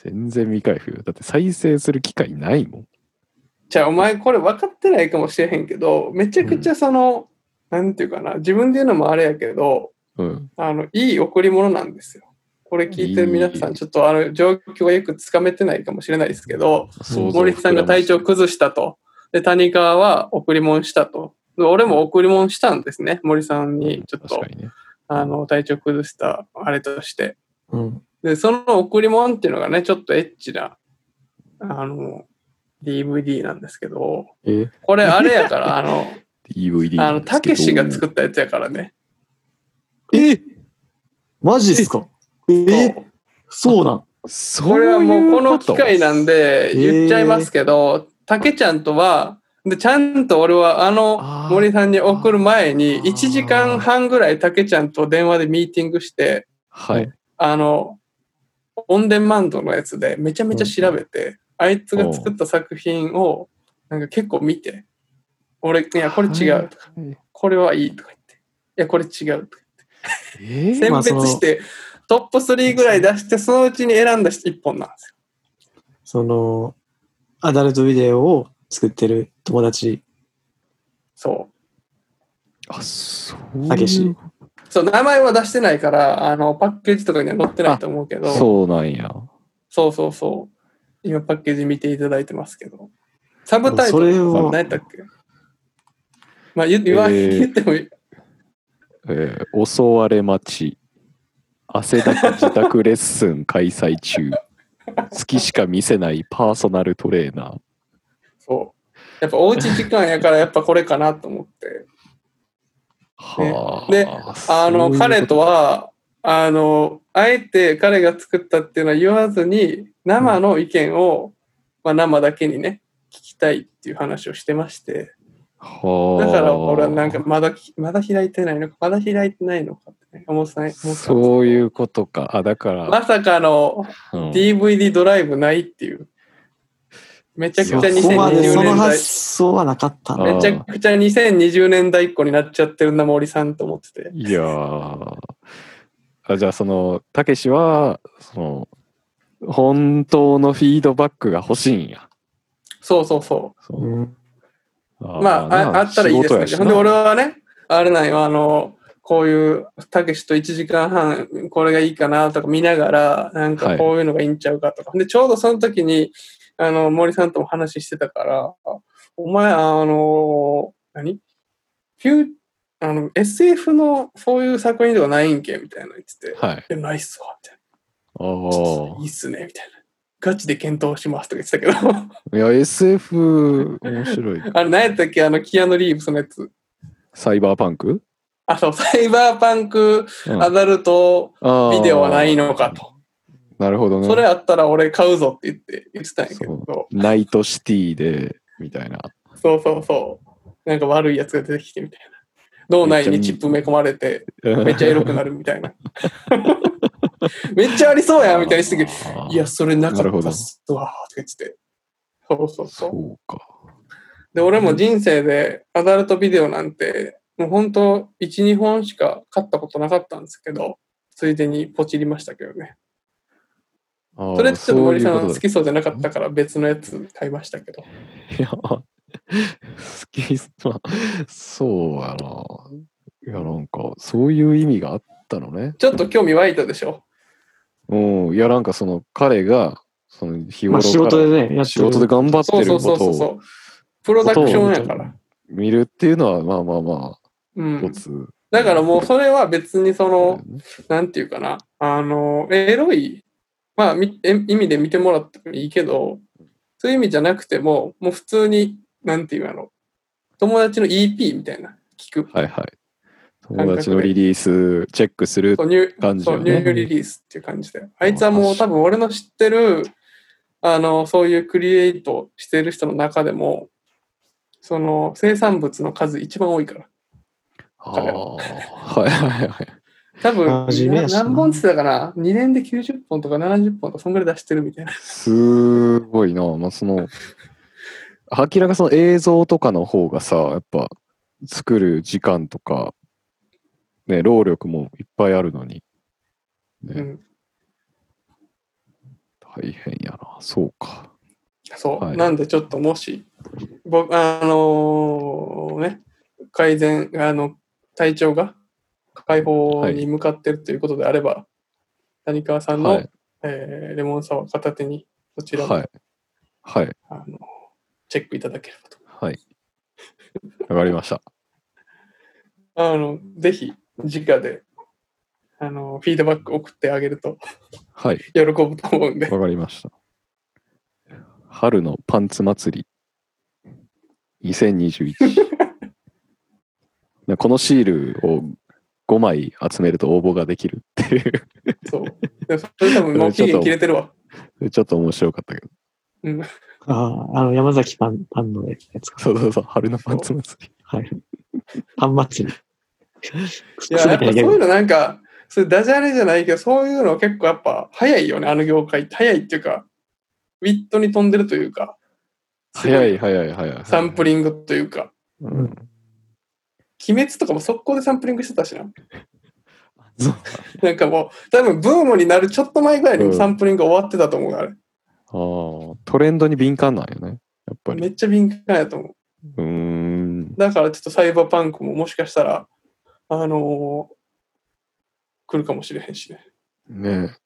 [SPEAKER 1] 全然未開封よ。だって再生する機会ないもん。
[SPEAKER 3] じゃあお前これ分かってないかもしれへんけど、めちゃくちゃその、なんていうかな、自分で言うのもあれやけど、
[SPEAKER 1] うん。
[SPEAKER 3] あの、いい贈り物なんですよ。これ聞いてる皆さ
[SPEAKER 1] い
[SPEAKER 3] ん、
[SPEAKER 1] い
[SPEAKER 3] ちょっとあの、状況がよくつかめてないかもしれないですけど、
[SPEAKER 1] 想像を膨らま
[SPEAKER 3] 森
[SPEAKER 1] して
[SPEAKER 3] さんが体調崩したと。で、谷川は贈り物したと。で俺も贈り物したんですね。森さんにちょっ
[SPEAKER 1] 確
[SPEAKER 3] と
[SPEAKER 1] か、にね。
[SPEAKER 3] あの、体調崩したあれとして。
[SPEAKER 2] うん。
[SPEAKER 3] で、その贈り物っていうのがね、ちょっとエッチな、あの、DVD なんですけど、
[SPEAKER 2] え
[SPEAKER 3] これあれ
[SPEAKER 2] [LAUGHS]
[SPEAKER 3] やから、あの、
[SPEAKER 1] DVD
[SPEAKER 3] あの、たけしが作
[SPEAKER 1] っ
[SPEAKER 3] ったやつやからね。
[SPEAKER 2] えマジっすかえ
[SPEAKER 3] そう
[SPEAKER 2] そうなん。
[SPEAKER 1] そう
[SPEAKER 3] これはもうこの
[SPEAKER 1] い
[SPEAKER 3] 機会なんで
[SPEAKER 2] そういうこと
[SPEAKER 3] 言っちゃいますけど、たけちゃんとは、で、ちゃんと俺はあの
[SPEAKER 1] あー
[SPEAKER 3] 森さんに送る前に
[SPEAKER 2] あー
[SPEAKER 3] 1時間半ぐらいたけちゃんと電話でミーティングして、
[SPEAKER 1] はい。
[SPEAKER 3] あの、オンデマンドのやつでめちゃめちゃ調べて、あいつが作った作品をなんか結構見て、俺、いや、これ違うとか、
[SPEAKER 1] はい。
[SPEAKER 3] これはいいとか言って、いや、これ違うとか。
[SPEAKER 1] え
[SPEAKER 3] 選
[SPEAKER 2] まあ
[SPEAKER 3] 別
[SPEAKER 2] その
[SPEAKER 3] してトップ3ぐらい出して、そのうちに選んだ1本なんですよ。
[SPEAKER 2] その、アダルトビデオを作ってる友達。
[SPEAKER 3] そ
[SPEAKER 1] あ、そう。
[SPEAKER 2] たけし。
[SPEAKER 3] う。そう、名前は出してないから、あの、パッケージとかには載ってないと思うけど、そう
[SPEAKER 1] そうなんや。
[SPEAKER 3] そうそう今パッケージ見ていただいてますけど。サブタイト
[SPEAKER 2] そ
[SPEAKER 3] ル、
[SPEAKER 2] れを
[SPEAKER 3] 何やったっけまあ言言わ、
[SPEAKER 1] えー
[SPEAKER 3] 言ってもいい。
[SPEAKER 1] えー襲われ待ち。汗だく自宅レッスン開催中。好きしか見せないパーソナルトレーナー。
[SPEAKER 3] そう。やっぱおうち時間やから、やっぱこれかなと思って。
[SPEAKER 1] はあ。
[SPEAKER 3] で
[SPEAKER 1] そう
[SPEAKER 3] あ
[SPEAKER 1] いう
[SPEAKER 3] の、
[SPEAKER 1] こと
[SPEAKER 3] 彼とは、あの、あえて彼が作ったっていうのは言わずに、生の意見を、まあ生だけにね、聞きたいっていう話をしてまして。
[SPEAKER 1] はあ。
[SPEAKER 3] だから俺はなんかまだきまだ開いてないのかまだ開いてないのかって、ね、思ってない思ってた
[SPEAKER 1] そういうことか。あ、だから。
[SPEAKER 3] まさかの
[SPEAKER 1] うん
[SPEAKER 3] DVD ドライブないっていうめちゃくちゃ
[SPEAKER 1] いや
[SPEAKER 2] そこまでそ
[SPEAKER 3] 2020
[SPEAKER 2] の
[SPEAKER 3] 年代
[SPEAKER 2] 発想はなかった
[SPEAKER 1] あ
[SPEAKER 2] な。。
[SPEAKER 1] ー
[SPEAKER 3] めちゃくちゃ2020年代っ子になっちゃってるな森さんと思ってて
[SPEAKER 1] いやーあじゃあそのたけしはその本当のフィードバックが欲しいんや。
[SPEAKER 3] そうそうそ
[SPEAKER 1] そううんあ
[SPEAKER 3] うまあああったらいいですねほんで俺
[SPEAKER 1] は
[SPEAKER 3] はねあれなんよあのこういうたけしと1時間半これがいいかなとか見ながらなんかこういうのがいいんちゃうかとか、でちょうどその時にあの森さんとも話してたからお前あの何フューあの SF のそういう作品とかないんけみたいなの言ってて
[SPEAKER 1] はい
[SPEAKER 3] 「いやないっすわ」みたい
[SPEAKER 1] あ
[SPEAKER 3] な「ちょっといいっすね」みたいな「ガチで検討します」とか言ってたけど
[SPEAKER 1] ー
[SPEAKER 3] [LAUGHS]
[SPEAKER 1] いや SF 面白い
[SPEAKER 3] あれ何やったっけあのキアヌ・リーブスのやつ
[SPEAKER 1] サイバーパンク、
[SPEAKER 3] あそうサイバーパンク
[SPEAKER 1] うん
[SPEAKER 3] アダルト
[SPEAKER 1] あー
[SPEAKER 3] ビデオはないのかと。
[SPEAKER 1] なるほどね
[SPEAKER 3] それあったら俺買うぞって言って言ってたんやけど、
[SPEAKER 1] ナイトシティでみたいな
[SPEAKER 3] そうそうそう。なんか悪いやつが出てきてみたいな。脳内にチップ埋め込まれて、めっちゃエロくなるみたいな。 [LAUGHS] めっちゃありそうやんみたいにして [LAUGHS] きて、いや、それなかったっすわーって言ってて。そうそう
[SPEAKER 1] そ
[SPEAKER 3] そう。
[SPEAKER 1] うか
[SPEAKER 3] で、俺も人生でアダルトビデオなんて、もう本当1、2本しか買ったことなかったんですけど、ついでにポチりましたけどね。
[SPEAKER 1] ああ
[SPEAKER 3] それちょっと森さ
[SPEAKER 1] そうい
[SPEAKER 3] ん
[SPEAKER 1] う
[SPEAKER 3] 好
[SPEAKER 1] こ
[SPEAKER 3] きそうじゃなかったから別のやつ買いましたけど。
[SPEAKER 1] といや、好き、まあ、そうやな。いや、なんか、そういう意味があったのね。
[SPEAKER 3] ちょっと興味湧いたでしょ。
[SPEAKER 1] うん。いや、なんかその彼が、その日頃
[SPEAKER 2] まあ
[SPEAKER 1] から
[SPEAKER 2] 仕事でね、やっ
[SPEAKER 1] 仕
[SPEAKER 2] てる。
[SPEAKER 1] 事で頑張っ
[SPEAKER 3] そ
[SPEAKER 1] て
[SPEAKER 3] う
[SPEAKER 1] る
[SPEAKER 3] そう
[SPEAKER 1] こ
[SPEAKER 3] そ
[SPEAKER 1] と
[SPEAKER 3] うそうそ
[SPEAKER 1] を
[SPEAKER 3] う。プロダクションやから。
[SPEAKER 1] 見るっていうのは、まあまあま
[SPEAKER 3] う
[SPEAKER 1] あ、一
[SPEAKER 3] ん。
[SPEAKER 1] つ。
[SPEAKER 3] だからもうそれは別にその、
[SPEAKER 1] ね
[SPEAKER 3] なんていうかな、あの、エロい、まあ、みえ意味で見てもらってもいいけど、そういう意味じゃなくても、もう普通に、なんていうの、友達の EP みたいな、聞く。
[SPEAKER 1] はいはい。友達のリリースチェックする
[SPEAKER 3] そうニュ
[SPEAKER 1] 感
[SPEAKER 3] ー
[SPEAKER 1] じ
[SPEAKER 3] そ
[SPEAKER 1] よ
[SPEAKER 3] うニ
[SPEAKER 1] ね
[SPEAKER 3] ューリリースっていう感じで。あいつはもう多分俺の知ってる、あの、そういうクリエイトしてる人の中でも、その生産物の数一番多いから。
[SPEAKER 1] ああ、はいはいはい。
[SPEAKER 3] 多分、な
[SPEAKER 2] 真面目やしな
[SPEAKER 3] 何本って言ってたかな ?2 年で90本とか70本とか、そんぐらい出してるみたいな。
[SPEAKER 1] すごいな。まあ、その、明らかその映像とかの方がさ、やっぱ作る時間とか、ね、労力もいっぱいあるのに、
[SPEAKER 3] う
[SPEAKER 1] ね、
[SPEAKER 3] ん。
[SPEAKER 1] 大変やな。そうか。
[SPEAKER 3] そう、
[SPEAKER 1] はい
[SPEAKER 3] なんでちょっともし、僕、あのーね、改善、あの、体調が解放に向かってるということであれば、谷川さんの、
[SPEAKER 1] はい。
[SPEAKER 3] えーレモンサワー片手に、そちらも、
[SPEAKER 1] はい。はい。
[SPEAKER 3] あのチェックいただければと。
[SPEAKER 1] はい。わかりました。
[SPEAKER 3] あの、ぜひ、直で、あの、フィードバック送ってあげると
[SPEAKER 1] はい。
[SPEAKER 3] 喜ぶと思うんで、
[SPEAKER 1] わかりました。春のパンツ祭り2021。なこのシールを5枚集めると応募ができるってい
[SPEAKER 3] そう。でもそれ多分もう期限切れてるわ。
[SPEAKER 1] う、ちょっと面白かったけど。
[SPEAKER 3] うん。
[SPEAKER 2] ああ、あの、山崎パン、パンのやつか。
[SPEAKER 1] そうそうそう、春のパンツ祭り。
[SPEAKER 2] はい。パン祭り。
[SPEAKER 3] いや、やっぱそう
[SPEAKER 2] げ
[SPEAKER 3] いうのなんか、それダジャレじゃないけど、そういうの結構やっぱ早いよね、あの業界って。早いっていうか、ウィットに飛んでるというか、すごい
[SPEAKER 1] 早い早い [LAUGHS] 早い。
[SPEAKER 3] サンプ
[SPEAKER 1] リ。
[SPEAKER 3] リングというか、
[SPEAKER 1] うん、
[SPEAKER 3] 鬼滅とかも速攻でサンプリングしてたしな。
[SPEAKER 1] そう
[SPEAKER 3] なんかもう、多分ブームになるちょっと前ぐらいにも
[SPEAKER 1] うん
[SPEAKER 3] サンプリング終わってたと思う、あれ。
[SPEAKER 1] ああ、トレンドに敏感なんよね。やっぱり。
[SPEAKER 3] めっちゃ敏感やと思う。
[SPEAKER 1] うーん。
[SPEAKER 3] だからちょっとサイバーパンクももしかしたら、あのー来るかもしれへんしね。
[SPEAKER 1] ね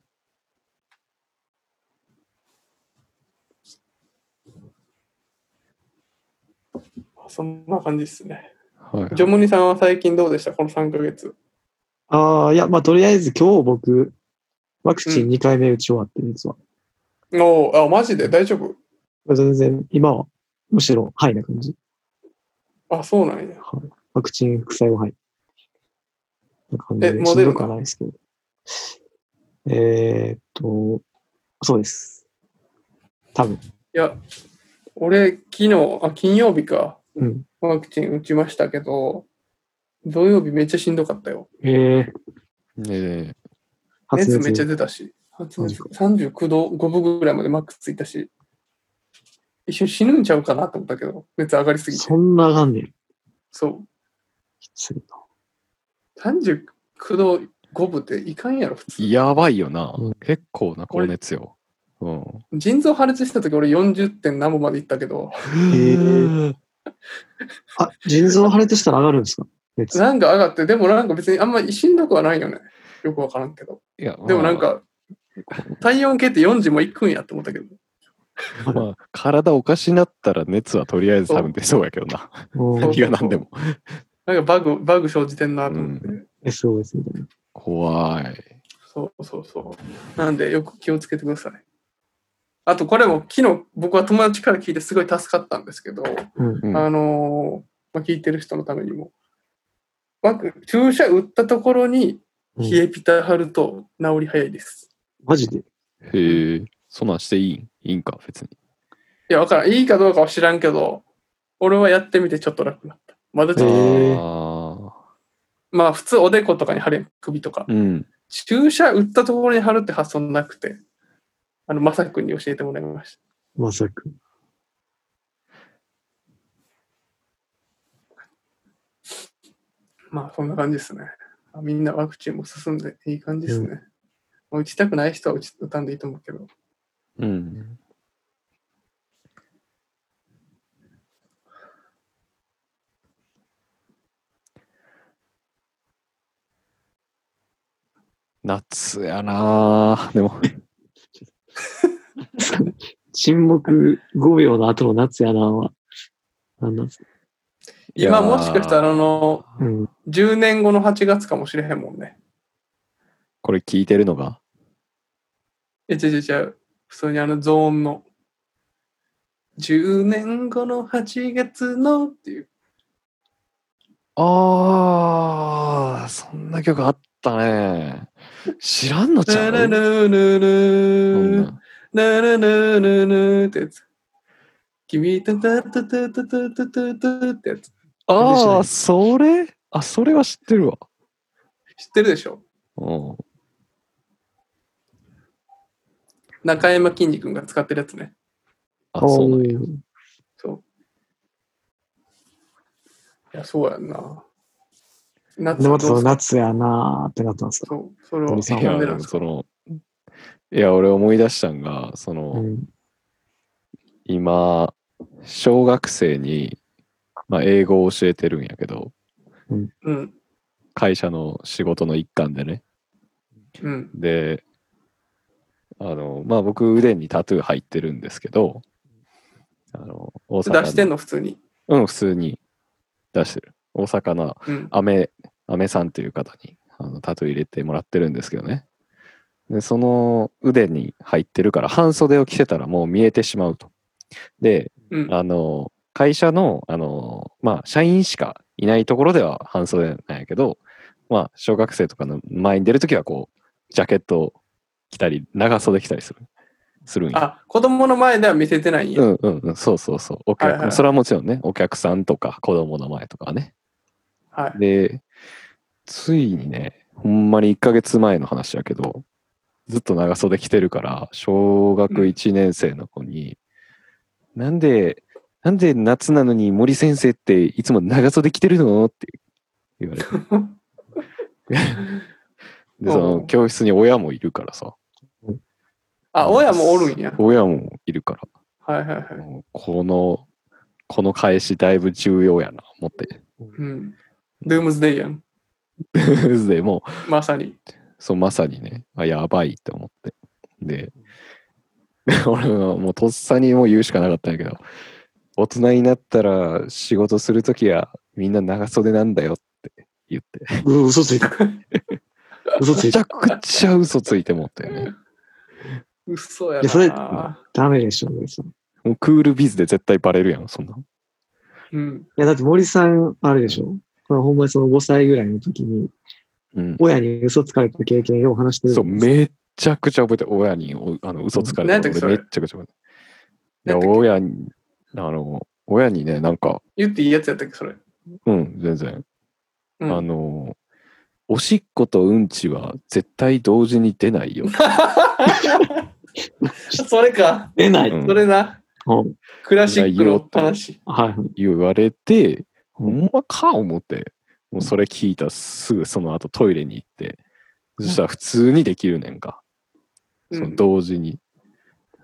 [SPEAKER 3] そんな感じですね。
[SPEAKER 1] はい。
[SPEAKER 3] ジョムニさんは最近どうでしたこの3ヶ月。
[SPEAKER 2] ああ、いや、まあ、とりあえず今日僕、ワクチン2回目打ち終わってるんですわ。
[SPEAKER 3] おーあ、マジで大丈夫
[SPEAKER 2] 全然、今は、むしろ、はいな感じ。
[SPEAKER 3] あ、そうなんや。
[SPEAKER 2] ワクチン副作用はい。な感じ
[SPEAKER 3] え
[SPEAKER 2] で、
[SPEAKER 3] モ
[SPEAKER 2] しん
[SPEAKER 3] デルナ
[SPEAKER 2] どくはないですけど。えーっと、そうです。多分。
[SPEAKER 3] いや、俺、昨日、あ、金曜日か、
[SPEAKER 2] うん。
[SPEAKER 3] ワクチン打ちましたけど、土曜日めっちゃしんどかったよ。
[SPEAKER 2] ええ
[SPEAKER 1] ね
[SPEAKER 2] 発
[SPEAKER 3] 熱めっちゃ
[SPEAKER 2] 熱。
[SPEAKER 3] 出たし、発熱
[SPEAKER 2] マ
[SPEAKER 3] 39度5分ぐらいまでマックスついたし、一瞬死ぬんちゃうかなと思ったけど、熱上がりすぎて。
[SPEAKER 2] そんな上がんねん。
[SPEAKER 3] そう。
[SPEAKER 2] きついな。
[SPEAKER 3] 39度5分っていかんやろ、普通。
[SPEAKER 1] やばいよな。
[SPEAKER 2] うん
[SPEAKER 1] 結構な高熱よ。うん。
[SPEAKER 3] 腎臓破裂した時俺40点何本までいったけど、
[SPEAKER 2] へーあ、腎臓破裂したら上がるんですか熱。
[SPEAKER 3] なんか上がって、でもなんか別にあんまりしんどくはないよね。よくわからんけど。
[SPEAKER 1] いや
[SPEAKER 3] でもなん、か、体温計って40もいくんやって思ったけど。
[SPEAKER 1] まあまあ、体おかしになったら熱はとりあえず多分出そうやけどな。
[SPEAKER 2] もう
[SPEAKER 3] そう
[SPEAKER 1] 何が何でも。
[SPEAKER 3] なんかバグ、バグ生じてんなと思って。
[SPEAKER 1] う
[SPEAKER 2] SOS みたいな。
[SPEAKER 1] 怖い。
[SPEAKER 3] そうそうそう。なんでよく気をつけてください。あとこれも昨日僕は友達から聞いてすごい助かったんですけど、
[SPEAKER 2] うん。
[SPEAKER 1] うん
[SPEAKER 3] あのーまあ、聞いてる人のためにも。ワク注射打ったところに
[SPEAKER 2] うん
[SPEAKER 3] 冷えピタ貼ると治り早いです。
[SPEAKER 2] マジで。
[SPEAKER 1] へえ。そんなんしていいんいいんか、別に。
[SPEAKER 3] いや、わからん。いいかどうかは知らんけど、俺はやってみてちょっと楽になった。まだち
[SPEAKER 2] へ
[SPEAKER 3] ょっと、
[SPEAKER 2] え
[SPEAKER 1] ああ。
[SPEAKER 3] まあ普通おでことかに貼れん、首とか。
[SPEAKER 1] うん。
[SPEAKER 3] 注射打ったところに貼るって発想なくて、あの、まさきくんに教えてもらいまし
[SPEAKER 2] まさく。
[SPEAKER 3] た。まあ、そんな感じですね。あみんなワクチンも進んでいい感じですね。もう打ちたくない人は打ち打たんでいいと思うけど。
[SPEAKER 1] うん。夏やなあで [LAUGHS] も、
[SPEAKER 2] 沈黙5秒の後の夏やなは、なんなんですか
[SPEAKER 1] いやー
[SPEAKER 3] 今もしかしたらあの、
[SPEAKER 2] うん。
[SPEAKER 3] 10年後の8月かもしれへんもんね。
[SPEAKER 1] これ聞いてるのが、
[SPEAKER 3] え、違う違う違う。普通にあのゾーンの。10年後の8月のっていう。
[SPEAKER 1] ああ、そんな曲あったね。知らんのちゃ
[SPEAKER 3] ラララ
[SPEAKER 1] う
[SPEAKER 3] ラ
[SPEAKER 1] そん
[SPEAKER 3] ラ
[SPEAKER 1] な
[SPEAKER 3] ラララララってやつ。君とタタタタタタタタってやつ。
[SPEAKER 1] ああ、それあ、それは知ってるわ。
[SPEAKER 3] 知ってるでしょ
[SPEAKER 1] うん。
[SPEAKER 3] 中山きんに君が使ってるやつね。
[SPEAKER 1] あ、そうなんや。
[SPEAKER 2] うん
[SPEAKER 3] そう。いや、そうやんな。夏
[SPEAKER 2] で、またその
[SPEAKER 3] 夏
[SPEAKER 2] 夏やなってなったんですか
[SPEAKER 3] そう、それを
[SPEAKER 2] 鳥
[SPEAKER 1] い
[SPEAKER 2] さん
[SPEAKER 3] 遊んでるん
[SPEAKER 1] や、
[SPEAKER 3] です
[SPEAKER 1] そ
[SPEAKER 3] か
[SPEAKER 1] の、いや、俺思い出したんが、その、
[SPEAKER 2] うん。
[SPEAKER 1] 今、小学生に、まあ、英語を教えてるんやけど、
[SPEAKER 3] うん。
[SPEAKER 1] 会社の仕事の一環でね。
[SPEAKER 3] うん。
[SPEAKER 1] で、あの、まあ僕、腕にタトゥー入ってるんですけど、あの、大
[SPEAKER 3] 出
[SPEAKER 1] 阪の
[SPEAKER 3] してんの、普通に。
[SPEAKER 1] うん、普通に出してる。大阪の
[SPEAKER 3] うん。
[SPEAKER 1] アメ、アメさんっていう方にあのタトゥー入れてもらってるんですけどね。で、その腕に入ってるから、半袖を着てたらもう見えてしまうと。で、
[SPEAKER 3] うん。
[SPEAKER 1] あの、会社の、あの、まあ、社員しかいないところでは半袖なんやけど、まあ、小学生とかの前に出るときは、こう、ジャケット着たり、長袖着たりする。するんや。
[SPEAKER 3] あ、子供の前では見せてないんや。
[SPEAKER 1] うんうんうん、そうそうそう。お客、
[SPEAKER 3] はいはい
[SPEAKER 1] それはもちろんね、お客さんとか子供の前とかね。
[SPEAKER 3] はい。
[SPEAKER 1] で、ついにね、ほんまに1ヶ月前の話やけど、ずっと長袖着てるから、小学1年生の子に、なんで、なんで夏なのに森先生っていつも長袖着てるのって言われて。
[SPEAKER 3] [LAUGHS]
[SPEAKER 1] で、その教室に親もいるからさ。
[SPEAKER 3] あ、親もおるんや。
[SPEAKER 1] 親もいるから。
[SPEAKER 3] はいはいはい。
[SPEAKER 1] もうこの、この返しだいぶ重要やな、思
[SPEAKER 3] [LAUGHS]
[SPEAKER 1] って。
[SPEAKER 3] うん。ドゥームズデイやん。
[SPEAKER 1] でもう
[SPEAKER 3] まさに。 [LAUGHS]
[SPEAKER 1] そう、まさにね、あ、やばいって思って。で、 [LAUGHS] 俺はもうとっさにもう言うしかなかったんやけど、大人になったら仕事するときはみんな長袖なんだよって言って、
[SPEAKER 2] う嘘ついた。嘘つ
[SPEAKER 1] めち
[SPEAKER 2] いた。
[SPEAKER 1] ゃくちゃ嘘ついてもったよ
[SPEAKER 3] [LAUGHS]
[SPEAKER 1] ね。
[SPEAKER 3] 嘘や
[SPEAKER 2] いやそれ
[SPEAKER 3] な。
[SPEAKER 2] [LAUGHS] ダメでしょ、森さん。い
[SPEAKER 1] もうクールビズで絶対バレるやん、そんなん。
[SPEAKER 3] うん。
[SPEAKER 2] や、だって森さん、あれでしょこれほんまにその5歳ぐらいの時に、
[SPEAKER 1] うん。
[SPEAKER 2] 親に嘘つかれた経験を話してる。
[SPEAKER 1] そう、めっちゃくちゃ覚えて、親におあの嘘つかれ
[SPEAKER 3] 何
[SPEAKER 1] て、
[SPEAKER 3] やったっけ
[SPEAKER 1] 俺めっちゃくちゃ覚えてる。いや、
[SPEAKER 3] 何やったっけ
[SPEAKER 1] 親に、あの、親にね、なんか、
[SPEAKER 3] 言っていいやつやったっけ、それ。
[SPEAKER 1] うん、全然。
[SPEAKER 3] う
[SPEAKER 1] あ
[SPEAKER 3] ん。
[SPEAKER 1] の、おしっことうんちは絶対同時に出
[SPEAKER 3] [LAUGHS]
[SPEAKER 1] ないよ。
[SPEAKER 3] それか。
[SPEAKER 2] 出ない。
[SPEAKER 1] うん
[SPEAKER 3] それな。
[SPEAKER 2] うん
[SPEAKER 3] クラシックの話。
[SPEAKER 2] はいはい。
[SPEAKER 1] 言われて、ほんまか思って、もうそれ聞いたすぐその後トイレに行って、そしたら普通にできるねんか。
[SPEAKER 3] う
[SPEAKER 1] その
[SPEAKER 3] ん。
[SPEAKER 1] 同時に。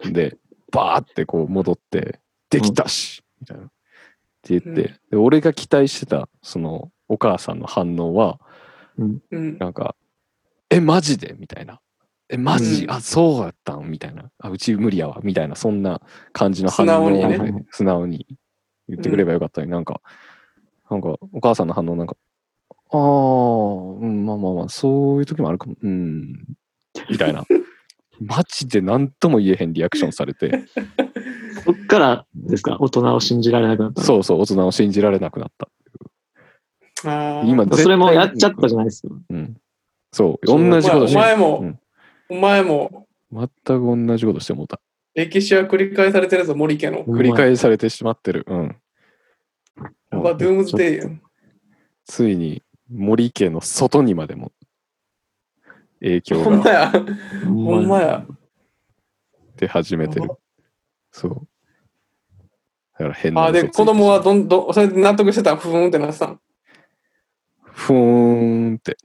[SPEAKER 1] で、バーってこう戻って、できたしみたいな。って言って、
[SPEAKER 3] うん
[SPEAKER 1] で俺が期待してた、そのお母さんの反応は、
[SPEAKER 3] うん。
[SPEAKER 1] なんか、え、マジでみたいな。え、マジ、
[SPEAKER 3] うん
[SPEAKER 1] あ、そうだったんみたいな。あ、うち無理やわ。みたいな、そんな感じの反応
[SPEAKER 3] 素直に
[SPEAKER 2] ね
[SPEAKER 1] はいはい素直に言ってくればよかったのに、なんか、なんか、お母さんの反応なんか、ああ、うん、まあまあまあ、そういう時もあるかも。うん、み
[SPEAKER 3] [LAUGHS]
[SPEAKER 1] たいな。マジで何とも言えへんリアクションされ
[SPEAKER 3] [LAUGHS]
[SPEAKER 1] て、
[SPEAKER 2] そっからですか、大人を信じられなくなったの。
[SPEAKER 1] そうそう、大人を信じられなくなった。
[SPEAKER 3] あー
[SPEAKER 1] 今絶対
[SPEAKER 2] それもやっちゃったじゃないですか。
[SPEAKER 1] うん。そう、
[SPEAKER 2] そう
[SPEAKER 1] 同じこと
[SPEAKER 3] お
[SPEAKER 1] し
[SPEAKER 3] 前
[SPEAKER 1] て、
[SPEAKER 3] も、
[SPEAKER 1] うん
[SPEAKER 3] お前も、
[SPEAKER 1] 全く同じことしてもうた。
[SPEAKER 3] 歴史は繰り返されてるぞ、森家の。
[SPEAKER 1] 繰り返されてしまってる。うん。
[SPEAKER 3] やば、ドゥームズデイや
[SPEAKER 1] ちょっ
[SPEAKER 3] ん。
[SPEAKER 1] とついに森家の外にまでも影響
[SPEAKER 3] ほんま
[SPEAKER 1] が
[SPEAKER 3] や。
[SPEAKER 2] ほ
[SPEAKER 3] ほんまや。
[SPEAKER 1] 出始めてる
[SPEAKER 3] やば。
[SPEAKER 1] そう。だから変な
[SPEAKER 3] あー、で、
[SPEAKER 1] 嘘ついて
[SPEAKER 3] 子供はどんどん、それで納得してた、ふーんってなってたん。
[SPEAKER 1] ふーんって。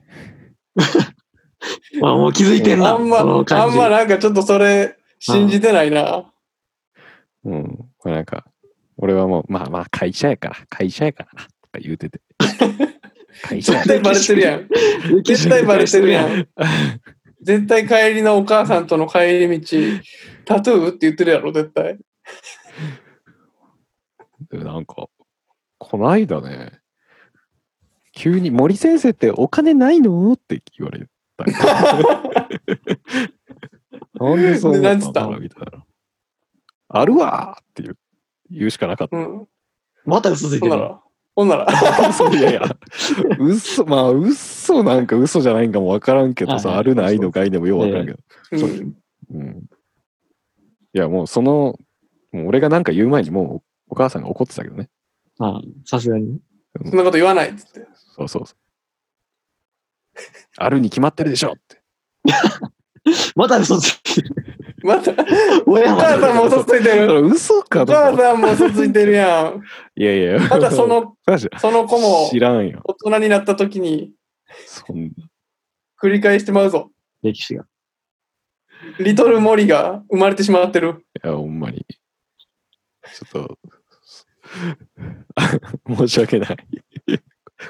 [SPEAKER 2] まあ、もう気づいてんな、
[SPEAKER 3] あんま、
[SPEAKER 2] その
[SPEAKER 3] あ
[SPEAKER 2] 感
[SPEAKER 3] ん
[SPEAKER 2] じ。
[SPEAKER 3] まなんかちょっとそれ信じてない
[SPEAKER 2] [LAUGHS]
[SPEAKER 3] な。
[SPEAKER 1] うん。まあなんか、俺はもう、まあまあ、会社やから、会社やからな、とか言う
[SPEAKER 3] [LAUGHS]
[SPEAKER 1] てて。会社や
[SPEAKER 3] 絶対バレてるやん。絶対バレてるやん。絶対帰りのお母さんとの帰り道、タトゥーって言ってるやろ、絶対。
[SPEAKER 1] でなんか、こないだね、急に森先生ってお金ないのって言われたりとか。なんでそう思
[SPEAKER 3] でなんつ
[SPEAKER 1] っ
[SPEAKER 3] ったた
[SPEAKER 1] んだろうみたいな。あるわーっていう言うしかなかっ
[SPEAKER 3] うん。
[SPEAKER 2] [LAUGHS] また嘘つい
[SPEAKER 3] ほ
[SPEAKER 2] て
[SPEAKER 3] んな
[SPEAKER 2] る。
[SPEAKER 3] ら、ほん
[SPEAKER 2] [LAUGHS]
[SPEAKER 3] なら、
[SPEAKER 1] た。嘘いやいや、嘘、まあ嘘なんか嘘じゃないんかもわからんけど
[SPEAKER 2] はい
[SPEAKER 1] さ、
[SPEAKER 2] はい
[SPEAKER 1] あるないの概念もようわからんけど。
[SPEAKER 3] う、
[SPEAKER 1] そうんうん。いやもうその、もう俺がなんか言う前にもうお母さんが怒ってたけどね。
[SPEAKER 2] まあ、さすがに。
[SPEAKER 3] そんなこと言わないっつって。
[SPEAKER 1] そうそうそう。あるに決まってるでしょって。
[SPEAKER 2] また嘘ついてる。
[SPEAKER 3] また、お
[SPEAKER 2] 親
[SPEAKER 3] 母さんも嘘ついて
[SPEAKER 1] だか
[SPEAKER 3] る。
[SPEAKER 1] ら嘘か
[SPEAKER 3] お
[SPEAKER 1] と思っ
[SPEAKER 3] 母
[SPEAKER 1] て
[SPEAKER 3] さんも嘘ついてるやん。
[SPEAKER 1] いやいや。
[SPEAKER 3] また
[SPEAKER 1] [LAUGHS]
[SPEAKER 3] その、
[SPEAKER 1] マジ
[SPEAKER 3] その子も
[SPEAKER 1] 知らんよ。
[SPEAKER 3] 大人になった時に
[SPEAKER 1] そん
[SPEAKER 3] 繰り返してまうぞ。
[SPEAKER 2] 歴史が。
[SPEAKER 3] リトルモリが生まれてしまってる。
[SPEAKER 1] いや、ほんまに。ちょっと、 [LAUGHS] 申し訳ない。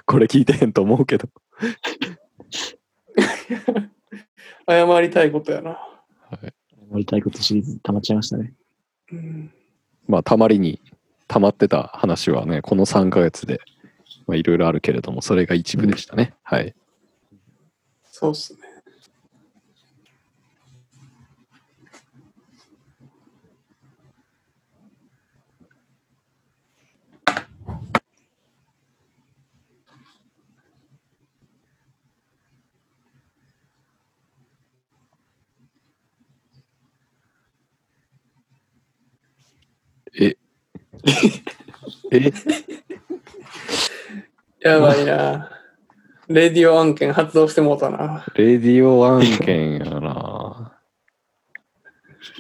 [SPEAKER 1] これ聞いてへんと思うけど。
[SPEAKER 3] 謝りたいことやな。
[SPEAKER 2] やりたいことシリーズ溜まっちゃいましたね。
[SPEAKER 3] うん、
[SPEAKER 1] まあ、たまりに、たまってた話はね、この3ヶ月で、まあ、いろいろあるけれども、それが一部でしたね。はい。
[SPEAKER 3] そうっすね。
[SPEAKER 1] え、
[SPEAKER 3] やばいな。レディオ案件発動してもうたな。
[SPEAKER 1] レディオ案件やな。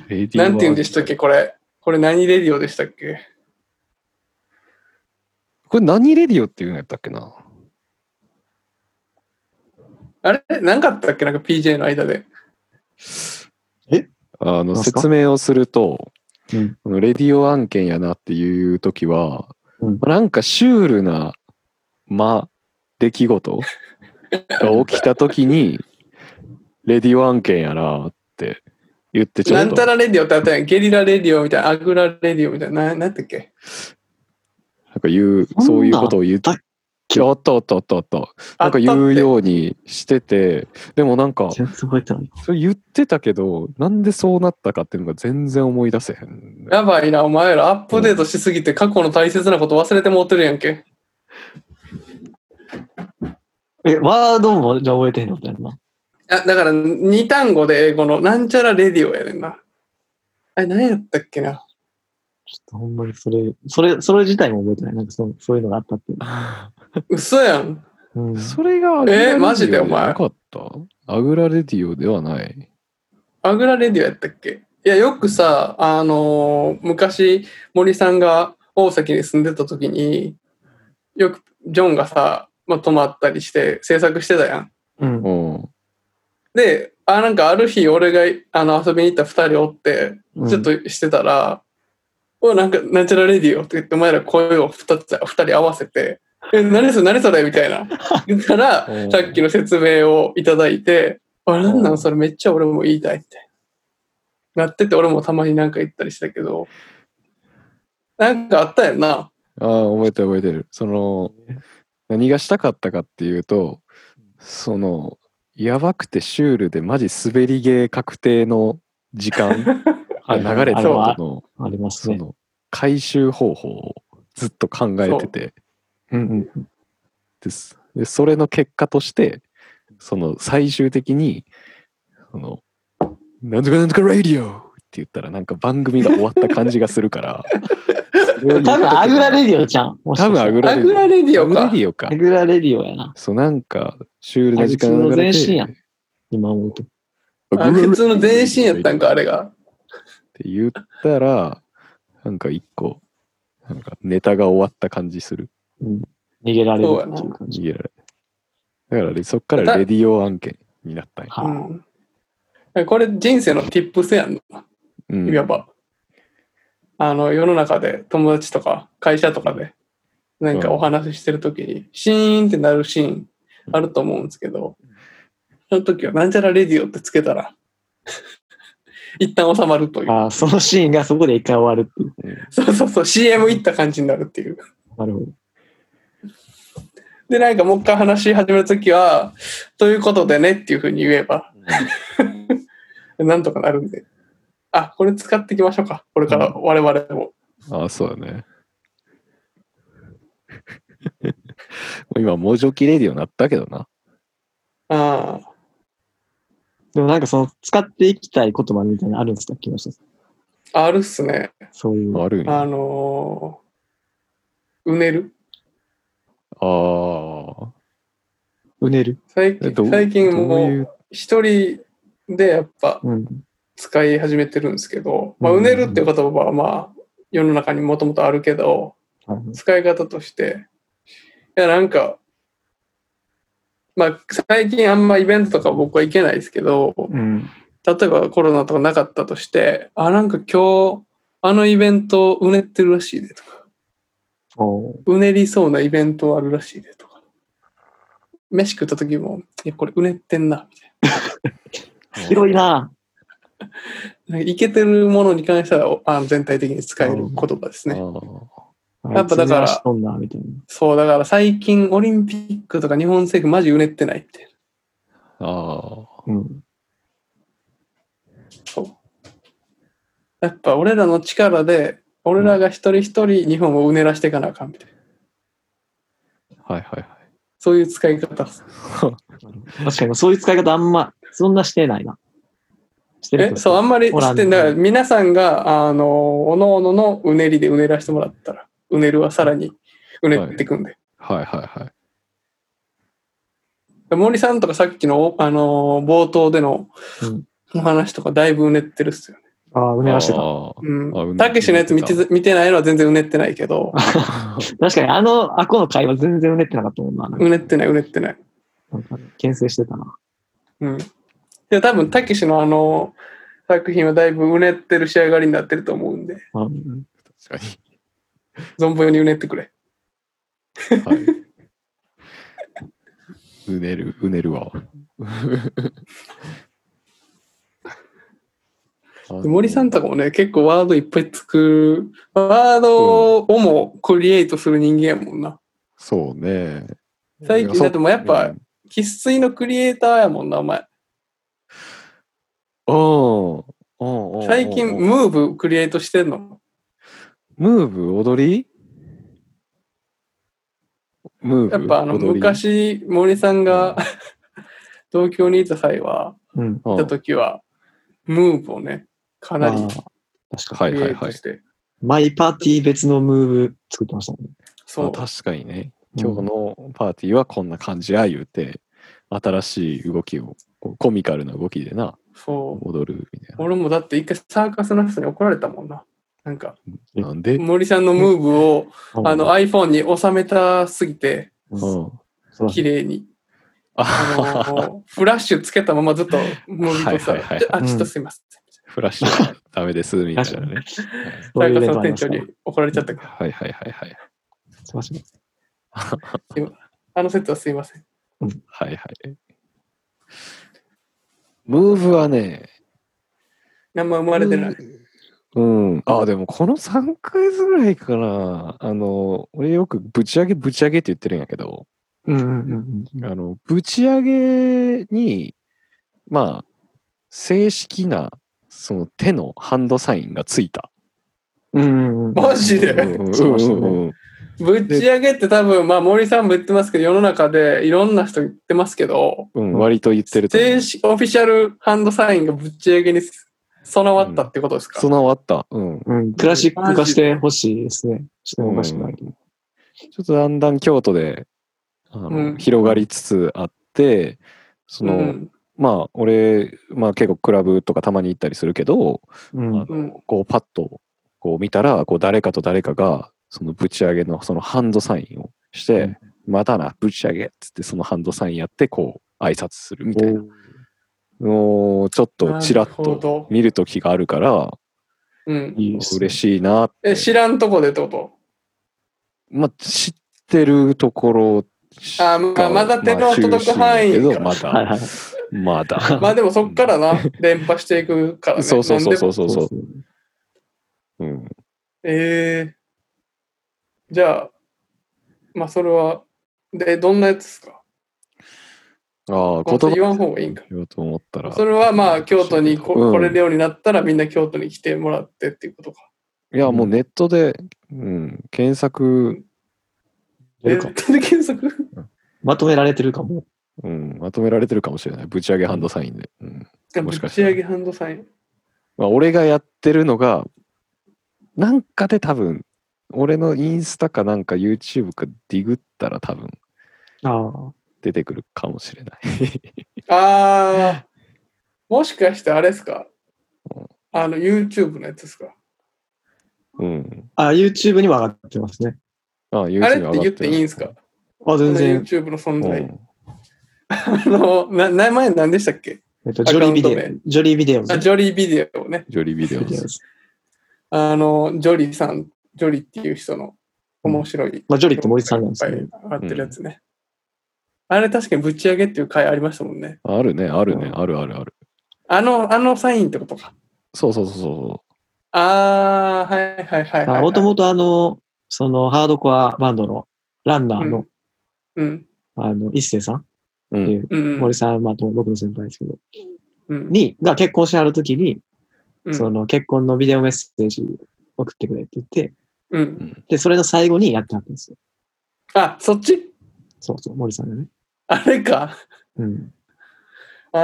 [SPEAKER 1] レディオ案件
[SPEAKER 3] なんて言うんでしたっけ、これ。これ何レディオでしたっけ
[SPEAKER 1] これ何レディオっていうんやったっけな
[SPEAKER 3] あれなんかあったっけなんか PJ の間で。
[SPEAKER 1] あの
[SPEAKER 2] なんすか
[SPEAKER 1] 説明をすると、
[SPEAKER 2] うん
[SPEAKER 1] このレディオ案件やなっていう時は、
[SPEAKER 2] うん
[SPEAKER 1] まあなんかシュールな、ま、出来事が起きた時に、レディオ案件やなって言ってちょ
[SPEAKER 3] な
[SPEAKER 1] っ
[SPEAKER 3] んた
[SPEAKER 1] と、
[SPEAKER 3] らレディオってあったやん。ゲリラレディオみたいな、アグラレディオみたいな。ななんだっけ
[SPEAKER 1] なんか言う、
[SPEAKER 2] そんな
[SPEAKER 1] そういうことを言って
[SPEAKER 2] あったっ、け
[SPEAKER 1] あったあったあったあった。なんか言うようにしてて、でもなんか、
[SPEAKER 2] 全然覚えてない。
[SPEAKER 1] それ言ってたけど、なんでそうなったかっていうのが全然思い出せへ
[SPEAKER 2] [LAUGHS]
[SPEAKER 1] ん。
[SPEAKER 3] やばいな、お前らアップデートしすぎて過去の大切なこと忘れてもうてるやんけ。
[SPEAKER 2] え、ワードもじゃあ覚えてへんのみたいな。
[SPEAKER 3] あだから2単語で英語のなんちゃらレディオやねんな。あれ何やったっけな
[SPEAKER 2] ちょっとほんまにそれ、それ、それ自体も覚えてない。なんかそのそういうのがあったっていう。
[SPEAKER 3] 嘘やん。
[SPEAKER 2] うん。
[SPEAKER 1] それがアグラレデ
[SPEAKER 3] えー
[SPEAKER 1] ィオ
[SPEAKER 3] マジでお前
[SPEAKER 1] なかったアグラレディオではない。
[SPEAKER 3] アグラレディオやったっけいや、よくさ、あのー昔森さんが大崎に住んでた時に、よくジョンがさ、まあ、泊まったりして制作してたやん。
[SPEAKER 2] うん。
[SPEAKER 1] うん。
[SPEAKER 3] で、あ、なんかある日俺があの遊びに行った2人おって、
[SPEAKER 2] うん
[SPEAKER 3] ちょっとしてたら、おなんか、なんちゃらレディオって言って、お前ら声を2つ、二人合わせて、え、何それ、何それみた
[SPEAKER 1] [LAUGHS]
[SPEAKER 3] いな。言ったら
[SPEAKER 1] お、う
[SPEAKER 3] さっきの説明をいただいて、あ、なんな
[SPEAKER 1] おうん
[SPEAKER 3] それめっちゃ俺も言いたいって。なってて、俺もたまになんか言ったりしたけど、なんかあったやんな。
[SPEAKER 1] ああ、覚えてる覚えてる。その、何がしたかったかっていうと、その、やばくてシュールでマジ滑り芸確定の時
[SPEAKER 3] [LAUGHS]
[SPEAKER 1] 間が流れた
[SPEAKER 2] あれ
[SPEAKER 1] こ
[SPEAKER 2] は
[SPEAKER 1] との、
[SPEAKER 2] あります
[SPEAKER 1] そ
[SPEAKER 2] ね。
[SPEAKER 1] の、回収方法をずっと考えてて、
[SPEAKER 2] うん
[SPEAKER 1] です。で、それの結果として、その最終的に、その、なんとかなんとかラディオって言ったら、なんか番組が終わった感じがする
[SPEAKER 2] [LAUGHS]
[SPEAKER 1] から。それ
[SPEAKER 2] う
[SPEAKER 1] を言
[SPEAKER 2] ん。
[SPEAKER 1] っとけば
[SPEAKER 2] 多分アグラレディオちゃん。もしか
[SPEAKER 1] 多
[SPEAKER 2] した
[SPEAKER 1] 分
[SPEAKER 2] ら
[SPEAKER 1] アグラ
[SPEAKER 3] ア
[SPEAKER 1] レディ
[SPEAKER 3] グラレディ
[SPEAKER 1] オ。
[SPEAKER 3] オ
[SPEAKER 1] ア
[SPEAKER 3] か。
[SPEAKER 1] グラディオか
[SPEAKER 2] ア。グラレディオやな。
[SPEAKER 1] そう、なんか、シュールな時間
[SPEAKER 2] あれ普通の
[SPEAKER 1] 流れて
[SPEAKER 2] 前身やん今思うと。
[SPEAKER 1] アグ
[SPEAKER 3] あ
[SPEAKER 1] ラレディオ
[SPEAKER 3] 普通の全身やったんか、あれが。
[SPEAKER 1] って言ったら、なんか一個、なんかネタが終わった感じする。
[SPEAKER 2] うん。逃げられるっていう感じ。
[SPEAKER 1] 逃げられだからねそっからレディオ案件になったんや。
[SPEAKER 2] はあ
[SPEAKER 3] うん、これ人生のティップスやんな、
[SPEAKER 1] うん
[SPEAKER 3] いわば。あの、世の中で友達とか会社とかで、なんか
[SPEAKER 1] うん
[SPEAKER 3] お話ししてるときに、シーンってなるシーンあると思うんですけど、その時はなんちゃらレディオってつけたら、 [LAUGHS] 一旦収まるという。
[SPEAKER 2] ああ、そのシーンがそこで一回終わるっていう。
[SPEAKER 3] そうそうそう、CM 行った感じになるっていう。
[SPEAKER 2] なるほど。
[SPEAKER 3] で、なんかもう一回話し始めるときは、ということでねっていうふうに言えば、なんとかなるんで。あ、これ使っていきましょうか。これから我々も。
[SPEAKER 1] ああ、そうだね。 [LAUGHS] もう今、文字置きレディオになったけどな。
[SPEAKER 3] ああ、
[SPEAKER 2] でもなんかその使っていきたい言葉みたいなのあるんですか木下さん。
[SPEAKER 3] あるっすね。
[SPEAKER 2] そういう。
[SPEAKER 1] あるんや
[SPEAKER 3] あのーうねる
[SPEAKER 1] あー。
[SPEAKER 2] うねる。
[SPEAKER 3] 最
[SPEAKER 1] えど
[SPEAKER 3] 近最近
[SPEAKER 1] どう
[SPEAKER 3] も
[SPEAKER 1] いう
[SPEAKER 3] う一人でやっぱ
[SPEAKER 2] うん。
[SPEAKER 3] 使い始めてるんですけど、まあ、
[SPEAKER 2] うん
[SPEAKER 3] うねるっていう言葉はまあ世の中にもともとあるけど、
[SPEAKER 2] はい
[SPEAKER 3] 使い方として、いやなんか、まあ最近あんまイベントとか僕は行けないですけど、
[SPEAKER 2] うん。
[SPEAKER 3] 例えばコロナとかなかったとして、あ、なんか今日あのイベントうねってるらしいでとか、
[SPEAKER 2] おー
[SPEAKER 3] うねりそうなイベントあるらしいでとか、飯食った時も、いやこれうねってんな、みたい
[SPEAKER 2] 広いな
[SPEAKER 3] な。なんかイケてるものに関してはあの全体的に使える言葉ですね
[SPEAKER 1] あ。ー
[SPEAKER 2] ぁ。
[SPEAKER 3] やっぱだから
[SPEAKER 2] あいつに足飛んだみたいな。
[SPEAKER 3] そう、だから最近オリンピックとか日本政府マジうねってないみたいな。
[SPEAKER 1] あ
[SPEAKER 2] うん。
[SPEAKER 3] そう。やっぱ俺らの力で、俺らが一人一人日本をうねらしていかなあかんみたいな。
[SPEAKER 1] ー。はいはいはい。
[SPEAKER 3] そういう使い方っす。
[SPEAKER 2] 確かにそういう使い方あんま、そんなしてないな。してる
[SPEAKER 3] え、
[SPEAKER 2] と
[SPEAKER 3] そう、あんまり
[SPEAKER 2] おらん
[SPEAKER 3] してんだから皆さんが、あの、おのおののうねりでうねらしてもらったら、うねるはさらにうねっていくんで。
[SPEAKER 1] はいはいはい。
[SPEAKER 3] 森さんとかさっきの、あの、冒頭での
[SPEAKER 2] うん
[SPEAKER 3] お話とかだいぶうねってるっすよね。
[SPEAKER 2] ああ、うねらしてた。
[SPEAKER 1] ああう
[SPEAKER 3] うん。
[SPEAKER 1] ね
[SPEAKER 3] たけしのやつ見てず見てないのは全然うねってないけど。
[SPEAKER 1] ー
[SPEAKER 2] 確かにあの、あこの会話全然うねってなかったもんな。
[SPEAKER 3] うねってない、うねってない。
[SPEAKER 2] なんか、牽制してたな。
[SPEAKER 3] うん。で、多分、たけしのあの、作品はだいぶうねってる仕上がりになってると思うんで、
[SPEAKER 2] うん
[SPEAKER 1] 確か
[SPEAKER 3] 存分にうねってくれ。
[SPEAKER 1] に。はいうねる、うねるわ。
[SPEAKER 3] で森さんとかもね、結構ワードいっぱい作る、ワードをもクリエイトする人間やもんな。
[SPEAKER 1] そうね。
[SPEAKER 3] 最近、だってもうやっ
[SPEAKER 1] う
[SPEAKER 3] ぱ
[SPEAKER 1] ん、
[SPEAKER 3] 生粋のクリエイターやもんな、お前。
[SPEAKER 1] おーおーおー
[SPEAKER 3] 最近、
[SPEAKER 1] おー
[SPEAKER 3] ムーブクリエイトしてんの。
[SPEAKER 1] ムーブ踊りムーブ
[SPEAKER 3] やっぱ、あの、
[SPEAKER 1] 踊り
[SPEAKER 3] 昔、森さんが [LAUGHS] 東京にいた際は、
[SPEAKER 2] うん。
[SPEAKER 1] う
[SPEAKER 3] い
[SPEAKER 1] ん
[SPEAKER 3] た時は、ムーブをね、かなり
[SPEAKER 2] あー確かに。
[SPEAKER 1] はい
[SPEAKER 3] ク
[SPEAKER 1] はい
[SPEAKER 3] リエイ
[SPEAKER 1] は
[SPEAKER 3] ト
[SPEAKER 1] い
[SPEAKER 3] して、
[SPEAKER 2] マイパーティー別のムーブ作ってましたもんね。
[SPEAKER 3] そう
[SPEAKER 1] あ。確かにね
[SPEAKER 2] うん
[SPEAKER 1] 今日のパーティーはこんな感じや言うて新しい動きをこうコミカルな動きでな
[SPEAKER 3] そう。
[SPEAKER 1] 踊るみたい
[SPEAKER 3] 俺もだって一回サーカスの人に怒られたもんな。なんか、
[SPEAKER 1] ななんで
[SPEAKER 3] 森さんのムーブをあの iPhone に収めたすぎて、
[SPEAKER 1] う
[SPEAKER 2] う、
[SPEAKER 1] んん
[SPEAKER 2] そう
[SPEAKER 3] 綺麗に。あ
[SPEAKER 1] あ
[SPEAKER 3] の、フラッシュつけたままずっとムービー撮った
[SPEAKER 1] はいはいは
[SPEAKER 3] ら
[SPEAKER 1] い、
[SPEAKER 3] あ、ちょっとすいません。
[SPEAKER 1] フラッシュはダメですみたいなね
[SPEAKER 3] サ
[SPEAKER 2] そういう
[SPEAKER 3] ー
[SPEAKER 2] イ
[SPEAKER 3] カ
[SPEAKER 2] ベ
[SPEAKER 3] ス
[SPEAKER 2] ントありました
[SPEAKER 3] の店長
[SPEAKER 2] ね
[SPEAKER 3] に怒られちゃったから、
[SPEAKER 1] はいはいはいはい
[SPEAKER 2] すいません。
[SPEAKER 3] あの説はすいません。
[SPEAKER 1] はいはいムーブはね
[SPEAKER 3] 何も生まれてない。
[SPEAKER 1] うん。あ、でもこの3ヶ月ぐらいかな。あの、俺よくぶち上げぶち上げって言ってるんやけど、
[SPEAKER 2] うんうんうんうん。
[SPEAKER 1] あの、ぶち上げに、まあ、正式な、その手のハンドサインがついた。
[SPEAKER 2] うんうんうん。
[SPEAKER 3] マジ
[SPEAKER 1] うん
[SPEAKER 3] で
[SPEAKER 1] うん
[SPEAKER 2] そううそうん
[SPEAKER 1] うんうん
[SPEAKER 3] ぶち上げって多分、まあ森さんも言ってますけど、世の中でいろんな人言ってますけど、
[SPEAKER 1] うん、割と言ってると思う
[SPEAKER 3] 正式オフィシャルハンドサインがぶち上げに備わったってことですか
[SPEAKER 1] 備わった。うん。
[SPEAKER 2] うん、クラシック化してほしいですね。してもおかしくないけど。
[SPEAKER 1] ちょっとだんだん京都で、あの、
[SPEAKER 3] うん
[SPEAKER 1] 広がりつつあって、その、
[SPEAKER 3] うん
[SPEAKER 1] まあ、俺、まあ結構クラブとかたまに行ったりするけど、
[SPEAKER 2] うん。
[SPEAKER 1] あ
[SPEAKER 2] う
[SPEAKER 3] うん
[SPEAKER 1] のこうパッとこう見たらこう誰かと誰かがそのぶち上げのそのハンドサインをして、またな、ぶち上げっつって、そのハンドサインやって、こう、挨拶するみたいなのを、ちょっとちらっ
[SPEAKER 3] なるほ
[SPEAKER 1] と
[SPEAKER 3] ど
[SPEAKER 1] 見るときがあるから、
[SPEAKER 3] うん。
[SPEAKER 2] いいですね
[SPEAKER 1] 嬉しいなって。
[SPEAKER 3] え、知らんとこでってこと
[SPEAKER 1] まあ、知ってるところしか
[SPEAKER 3] あーまあまだ手の届く
[SPEAKER 1] まあ
[SPEAKER 3] 範囲
[SPEAKER 1] 中心だけど
[SPEAKER 3] [LAUGHS]
[SPEAKER 2] はいはい。
[SPEAKER 1] まだ、ま
[SPEAKER 3] まあでもそっからな、連覇していくから
[SPEAKER 1] だ。
[SPEAKER 3] [LAUGHS] ね。
[SPEAKER 1] そうそうそうそうそう
[SPEAKER 2] そ
[SPEAKER 1] そう
[SPEAKER 2] そ
[SPEAKER 1] う。う
[SPEAKER 2] う
[SPEAKER 1] ん。
[SPEAKER 3] ええじゃあ、まあそれは、で、どんなやつですか
[SPEAKER 1] ああ、
[SPEAKER 3] 本当
[SPEAKER 1] 言葉
[SPEAKER 3] 言わん方がいいんか。
[SPEAKER 1] 言おうと思ったら。
[SPEAKER 3] それはまあ京都にこ,、
[SPEAKER 1] うん
[SPEAKER 3] 来れるようになったらみんな京都に来てもらってっていうことか。
[SPEAKER 1] いや、もうネットで、うん、検索、
[SPEAKER 2] 出
[SPEAKER 3] ネ
[SPEAKER 2] るか
[SPEAKER 3] ットで検索
[SPEAKER 2] まとめられてるかも。
[SPEAKER 1] うん、まとめられてるかもしれない。ぶち上げハンドサインで。うん。もし
[SPEAKER 3] ぶ
[SPEAKER 1] かし
[SPEAKER 3] ち
[SPEAKER 1] たら
[SPEAKER 3] 上げハンドサイン。
[SPEAKER 1] まあ、俺がやってるのが、なんかで多分、俺のインスタかなんか YouTube かディグったら多分
[SPEAKER 2] あ
[SPEAKER 1] 出てくるかもしれない。 [LAUGHS]
[SPEAKER 3] ああ、もしかしてあれですか
[SPEAKER 1] うん
[SPEAKER 3] あの YouTube のやつですか
[SPEAKER 1] うん。
[SPEAKER 2] あ。あ、YouTube には上がってますね。
[SPEAKER 1] ああ、YouTube
[SPEAKER 3] あれって言っていいんですか
[SPEAKER 2] あ、
[SPEAKER 3] あ
[SPEAKER 2] 全
[SPEAKER 3] の
[SPEAKER 2] 然。
[SPEAKER 3] YouTube の存
[SPEAKER 1] う
[SPEAKER 3] 在。
[SPEAKER 1] ん。
[SPEAKER 3] あの、な名前何でしたっけ
[SPEAKER 2] えっと、ジョリービ
[SPEAKER 3] アカウ
[SPEAKER 2] デ
[SPEAKER 3] ン
[SPEAKER 2] オ。ジョリービデオズ。
[SPEAKER 3] あジョリービデオね。
[SPEAKER 1] ジョリービデオです。
[SPEAKER 3] あの、ジョリーさん、ジョリーっていう人の面白い。
[SPEAKER 2] まあ、ジョリーって森さんなんです
[SPEAKER 3] い
[SPEAKER 2] ね
[SPEAKER 3] っ。ぱい上がってるやつね。あれ確かにぶち上げっていう回ありましたもんね。
[SPEAKER 1] あるね、あるね
[SPEAKER 2] う、ん
[SPEAKER 1] あるあるある。
[SPEAKER 3] あの、あのサインってことか。
[SPEAKER 1] そうそうそうそ
[SPEAKER 3] あー、はいはいはいはい、はい。
[SPEAKER 2] もともとあの、そのハードコアバンドのランナーの、
[SPEAKER 3] うん。
[SPEAKER 2] あの、一星さんっ
[SPEAKER 1] う。う
[SPEAKER 2] てい
[SPEAKER 1] ん。
[SPEAKER 2] う、
[SPEAKER 3] うん。
[SPEAKER 2] 森さん、まあ、と僕の先輩ですけど、
[SPEAKER 3] うん。
[SPEAKER 2] に、が結婚してはるときに、
[SPEAKER 3] うん
[SPEAKER 2] その結婚のビデオメッセージ送ってくれって言って、
[SPEAKER 3] うん。
[SPEAKER 2] で、それの最後にやってはったんですよ。
[SPEAKER 3] あ、そっち
[SPEAKER 2] そうそう、森さんがね。
[SPEAKER 3] あれか。
[SPEAKER 2] うん。
[SPEAKER 3] あ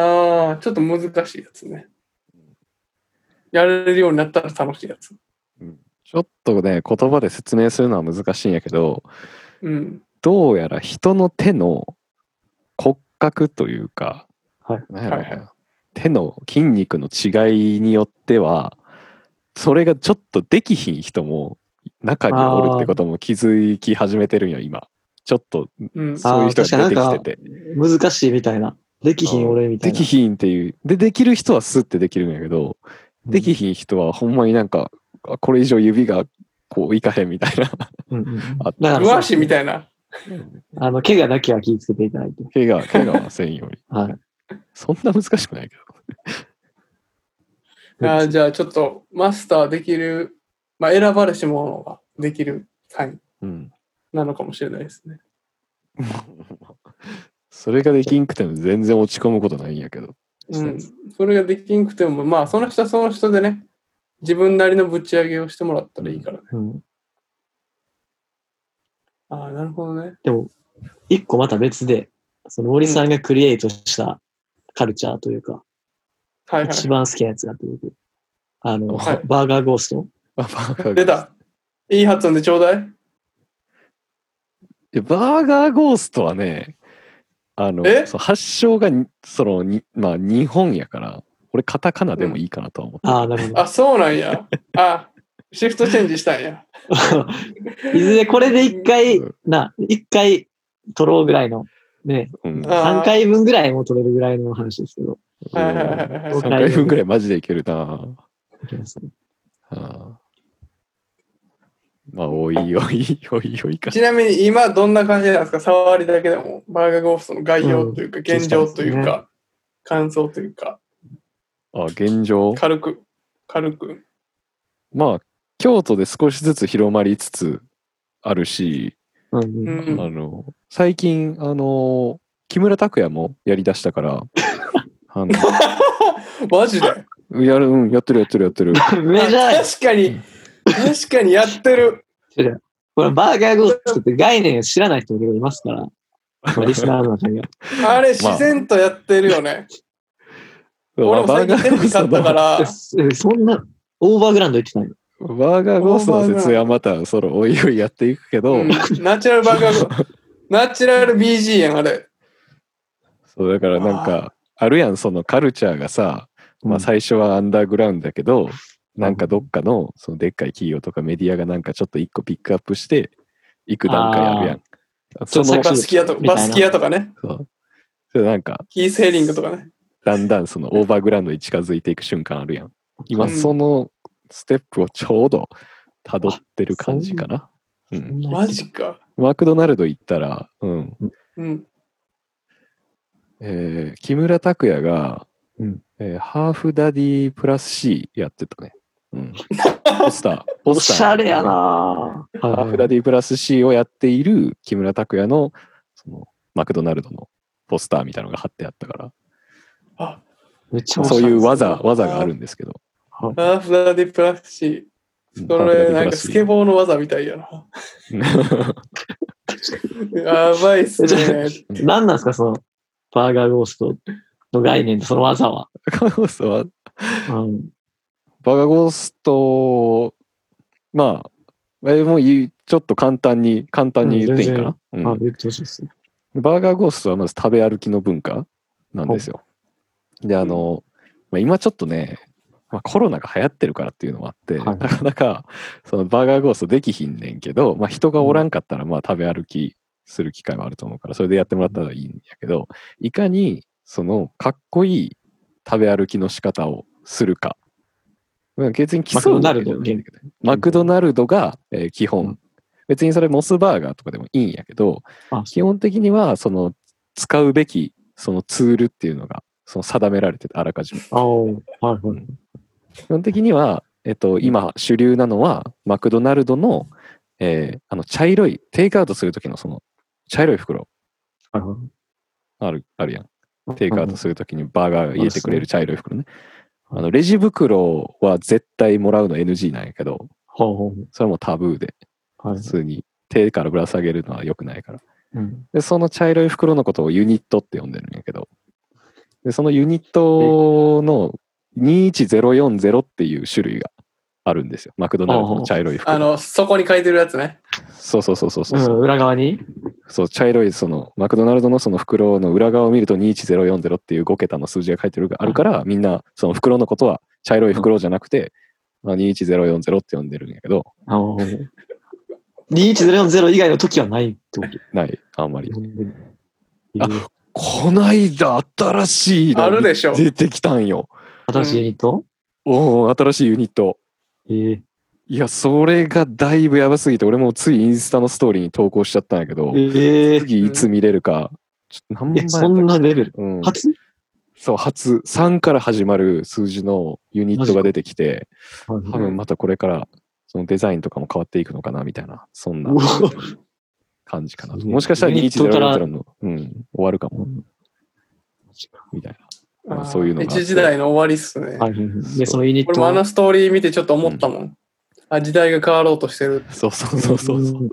[SPEAKER 3] ー、ちょっと難しいやつね。やれるようになったら楽しいやつ。
[SPEAKER 1] ちょっとね、言葉で説明するのは難しいんやけど、
[SPEAKER 3] うん。
[SPEAKER 1] どうやら人の手の骨格というか、
[SPEAKER 2] はい
[SPEAKER 1] なんやろうな
[SPEAKER 3] はいは
[SPEAKER 1] 手の筋肉の違いによってはそれがちょっとできひん人も中におるってことも気づき始めてるんよ今ちょっと
[SPEAKER 3] うん。
[SPEAKER 1] そういう人が出て
[SPEAKER 2] あー確かにな
[SPEAKER 1] き
[SPEAKER 2] んか
[SPEAKER 1] てて
[SPEAKER 2] 難しいみたいな。できひん俺みたい
[SPEAKER 1] で
[SPEAKER 2] な。
[SPEAKER 1] きひんっていうでできる人はスッてできるんやけど、
[SPEAKER 2] うん
[SPEAKER 1] できひん人はほんまになんかあこれ以上指がこういかへんみたいな [LAUGHS]
[SPEAKER 2] うんうんうん
[SPEAKER 1] あ
[SPEAKER 2] だか
[SPEAKER 3] うわ
[SPEAKER 2] ら
[SPEAKER 3] しみたいな。
[SPEAKER 2] あの、怪我だけは気をつけていただいて。
[SPEAKER 1] 怪我怪我はせんように
[SPEAKER 2] はい。
[SPEAKER 1] そんな難しくないけど
[SPEAKER 3] あーじゃあちょっとマスターできる、まあ、選ばれし者ができるサイン
[SPEAKER 1] うん
[SPEAKER 3] なのかもしれないですね。
[SPEAKER 1] それができんくても全然落ち込むことないんやけど。
[SPEAKER 3] う
[SPEAKER 2] そうで
[SPEAKER 3] ん
[SPEAKER 2] す、
[SPEAKER 3] それができんくても、まあ、その人はその人でね、自分なりのぶち上げをしてもらったらいいからね。
[SPEAKER 2] うん。
[SPEAKER 3] ああ、なるほどね。
[SPEAKER 2] でも、一個また別で、その森さんがクリエイトしたカルチャーというか、
[SPEAKER 3] はいは
[SPEAKER 2] 一
[SPEAKER 3] い。
[SPEAKER 2] 番好きなやつがあって、僕。あの、
[SPEAKER 1] はい
[SPEAKER 2] バーガーゴースト
[SPEAKER 1] あバーガーゴースト
[SPEAKER 3] 出た。いい発音でちょうだい。
[SPEAKER 1] いやバーガーゴーストはね、あの、
[SPEAKER 3] え
[SPEAKER 1] そう発祥がに、その、にまあ、日本やから、俺、カタカナでもいいかなとは思って。
[SPEAKER 2] ああ、なるほ
[SPEAKER 3] あ、そうなんや。
[SPEAKER 2] [LAUGHS]
[SPEAKER 3] あシフトチェンジしたんや。
[SPEAKER 2] ど。いずれこれで一回
[SPEAKER 1] うん、
[SPEAKER 2] な、一回取ろうぐらいの、ね、
[SPEAKER 1] うん。
[SPEAKER 3] あー
[SPEAKER 2] 3回分ぐらいも取れるぐらいの話ですけど、
[SPEAKER 3] はいはいはいはい
[SPEAKER 1] 3回分ぐらいマジでいけるな。
[SPEAKER 2] いけますね
[SPEAKER 1] あーまあ、おいおい [LAUGHS] おいおいか。
[SPEAKER 3] ちなみに今どんな感じなんですか触りだけでも、バーガーゴーストの概要というか、現状という
[SPEAKER 2] そうです
[SPEAKER 3] か、感想というか、
[SPEAKER 1] あ、現状。
[SPEAKER 3] 軽く、軽く。
[SPEAKER 1] まあ、京都で少しずつ広まりつつあるし、
[SPEAKER 2] うん
[SPEAKER 3] う
[SPEAKER 2] うん。
[SPEAKER 1] あ
[SPEAKER 3] ん。
[SPEAKER 1] の最近あの木村拓哉もやりだしたから
[SPEAKER 3] [LAUGHS]
[SPEAKER 1] あ
[SPEAKER 3] マジで
[SPEAKER 1] のやるうんやってるやってるやってる
[SPEAKER 2] メジャーや
[SPEAKER 3] あ確かに、確かにやってる。
[SPEAKER 2] これバーガーゴーストって概念を知らない人も結構いますから、まあリスナーの中には。
[SPEAKER 3] あれ、自然とやってるよね。俺も
[SPEAKER 1] バー
[SPEAKER 3] 最
[SPEAKER 1] ガ
[SPEAKER 3] 近テ
[SPEAKER 1] ー
[SPEAKER 3] レ
[SPEAKER 1] ゴー
[SPEAKER 3] ビ
[SPEAKER 1] ストの
[SPEAKER 3] 買ったか
[SPEAKER 1] バ
[SPEAKER 3] ら、
[SPEAKER 2] えそんな、オーバーグラウンド言ってたの
[SPEAKER 1] ーガーゴーストの説明はまたそのおいおいやっていくけど、
[SPEAKER 3] うんナチュラルバーガー、ナチュラル BG やん、あれ。
[SPEAKER 1] そうだからなんかあるやんそのカルチャーがさ、まあ、最初はアンダーグラウンドだけど、なんかどっかのそのでっかい企業とかメディアがなんかちょっと一個ピックアップしていく段階あるやんそ
[SPEAKER 2] そう
[SPEAKER 1] の
[SPEAKER 3] バスキアとか、
[SPEAKER 2] みたい
[SPEAKER 3] バ
[SPEAKER 2] な
[SPEAKER 3] スキアとかね、
[SPEAKER 1] そうそれなんか
[SPEAKER 3] キーセーリングとかね。
[SPEAKER 1] だんだんそのオーバーグラウンドに近づいていく瞬間あるやん今
[SPEAKER 3] うん
[SPEAKER 1] そのステップをちょうどたどってる感じかな、うん、
[SPEAKER 3] マジか。
[SPEAKER 1] マクドナルド行ったら、うん
[SPEAKER 3] うん。
[SPEAKER 1] えー木村拓哉が、
[SPEAKER 2] うん
[SPEAKER 1] えーハーフダディプラス C やってたね、うん、ポスターポ
[SPEAKER 2] [LAUGHS] お
[SPEAKER 1] スター
[SPEAKER 2] しゃれやなぁ
[SPEAKER 1] ハーフダディプラス C をやっている木村拓哉のそのマクドナルドのポスターみたいなのが貼ってあったか
[SPEAKER 3] あ、
[SPEAKER 2] めっちゃ
[SPEAKER 1] ら、
[SPEAKER 2] おしゃ
[SPEAKER 1] そ
[SPEAKER 2] れ
[SPEAKER 1] ういう
[SPEAKER 3] そ
[SPEAKER 1] 技、
[SPEAKER 3] う
[SPEAKER 1] 技があるんですけど。
[SPEAKER 3] ハーフダディプラスシ
[SPEAKER 1] う
[SPEAKER 3] ー。
[SPEAKER 1] ん
[SPEAKER 3] それ、なんかスケボーの技みたい
[SPEAKER 1] [LAUGHS]
[SPEAKER 3] やな。やばいっすね。
[SPEAKER 1] [LAUGHS]
[SPEAKER 2] 何なんですか、その、バーガーゴーストの概念とその技は。
[SPEAKER 1] バーガーゴース
[SPEAKER 3] [LAUGHS]
[SPEAKER 1] トは、
[SPEAKER 2] うん。
[SPEAKER 1] バーガーゴースト、まあ、えーもういいちょっと簡単に、簡単に言っていいかな。うん
[SPEAKER 2] あ、言ってほしいですね。
[SPEAKER 1] バーガーゴーストはまず食べ歩きの文化なんですよ。で、あの、まあ、今ちょっとね、まあ、コロナが流行ってるからっていうのもあって、
[SPEAKER 2] はい
[SPEAKER 1] なかなかそのバーガーゴーストできひんねんけど、まあ、人がおらんかったらまあ食べ歩きする機会はあると思うから、それでやってもらったらいいんやけど、いかにそのかっこいい食べ歩きの仕方をするか。まあ別に競うわけじゃないんだけどマクドナルドが、えー基
[SPEAKER 2] う
[SPEAKER 1] 本
[SPEAKER 2] ん。
[SPEAKER 1] 別にそれモスバーガーとかでもいいんやけど、
[SPEAKER 2] あ、
[SPEAKER 1] 基本的にはその使うべきそのツールっていうのがその定められててあらかじめ基
[SPEAKER 2] あおはいはい。
[SPEAKER 1] 本的には、えっと、今主流なのはマクドナルドの,、えーあの茶色いテイクアウトする時のその茶色い袋
[SPEAKER 2] はいはい
[SPEAKER 1] あるあるやんテイクアウトするときにバーガーが入れてくれる茶色い袋ね
[SPEAKER 2] うん
[SPEAKER 1] あのレジ袋は絶対もらうの NG なんやけど
[SPEAKER 2] ほうほ
[SPEAKER 1] それはもうタブーで
[SPEAKER 2] うはい
[SPEAKER 1] 普。通に手からぶら下げるのは良くないから
[SPEAKER 2] うん。
[SPEAKER 1] で、その茶色い袋のことをユニットって呼んでるんやけど、で、そのユニットの21040っていう種類があるんですよ。マクドナルドの茶色い袋。
[SPEAKER 3] あの、そこに書いてるやつね。
[SPEAKER 1] そうそうそうそう
[SPEAKER 2] う
[SPEAKER 1] そう、
[SPEAKER 2] ん、裏側に
[SPEAKER 1] そう、茶色いその、マクドナルドのその袋の裏側を見ると21040っていう5桁の数字が書いてるがあるから、みんなその袋のことは茶色い袋じゃなくて、まあ21040って呼んでるんやけど、
[SPEAKER 2] あお2100以外の時はないってこと
[SPEAKER 1] ない、あんまり。
[SPEAKER 2] あ
[SPEAKER 1] こないだ新しいの
[SPEAKER 3] あるでしょ
[SPEAKER 1] 出てきたんよ。
[SPEAKER 2] 新しいユニット、
[SPEAKER 1] おお、新しいユニット。
[SPEAKER 2] ええ
[SPEAKER 1] いや、それがだいぶやばすぎて、俺もついインスタのストーリーに投稿しちゃったんやけど、
[SPEAKER 2] ええ
[SPEAKER 1] 次いつ見れるか、ちょっと何万
[SPEAKER 2] え、そんなレベル。
[SPEAKER 1] うん、
[SPEAKER 2] 初
[SPEAKER 1] そう、初、3から始まる数字のユニットが出てきて、
[SPEAKER 2] 多
[SPEAKER 1] 多分またこれから、そのデザインとかも変わっていくのかな、みたいな、そんな
[SPEAKER 2] うわ
[SPEAKER 1] 感じかな。
[SPEAKER 2] すごい
[SPEAKER 1] もしかしたら
[SPEAKER 2] ユニットから
[SPEAKER 1] 2100の、うん、終わるかも、みたいな。まあ、そういうのがあって。
[SPEAKER 3] 一時代の終わりっすね。
[SPEAKER 2] はいはいはいで、そのユニッ
[SPEAKER 3] 俺
[SPEAKER 2] ト
[SPEAKER 3] もあのストーリー見てちょっと思ったもん。あ、時代が変わろうとしてる。
[SPEAKER 1] そうそうそうそうそう。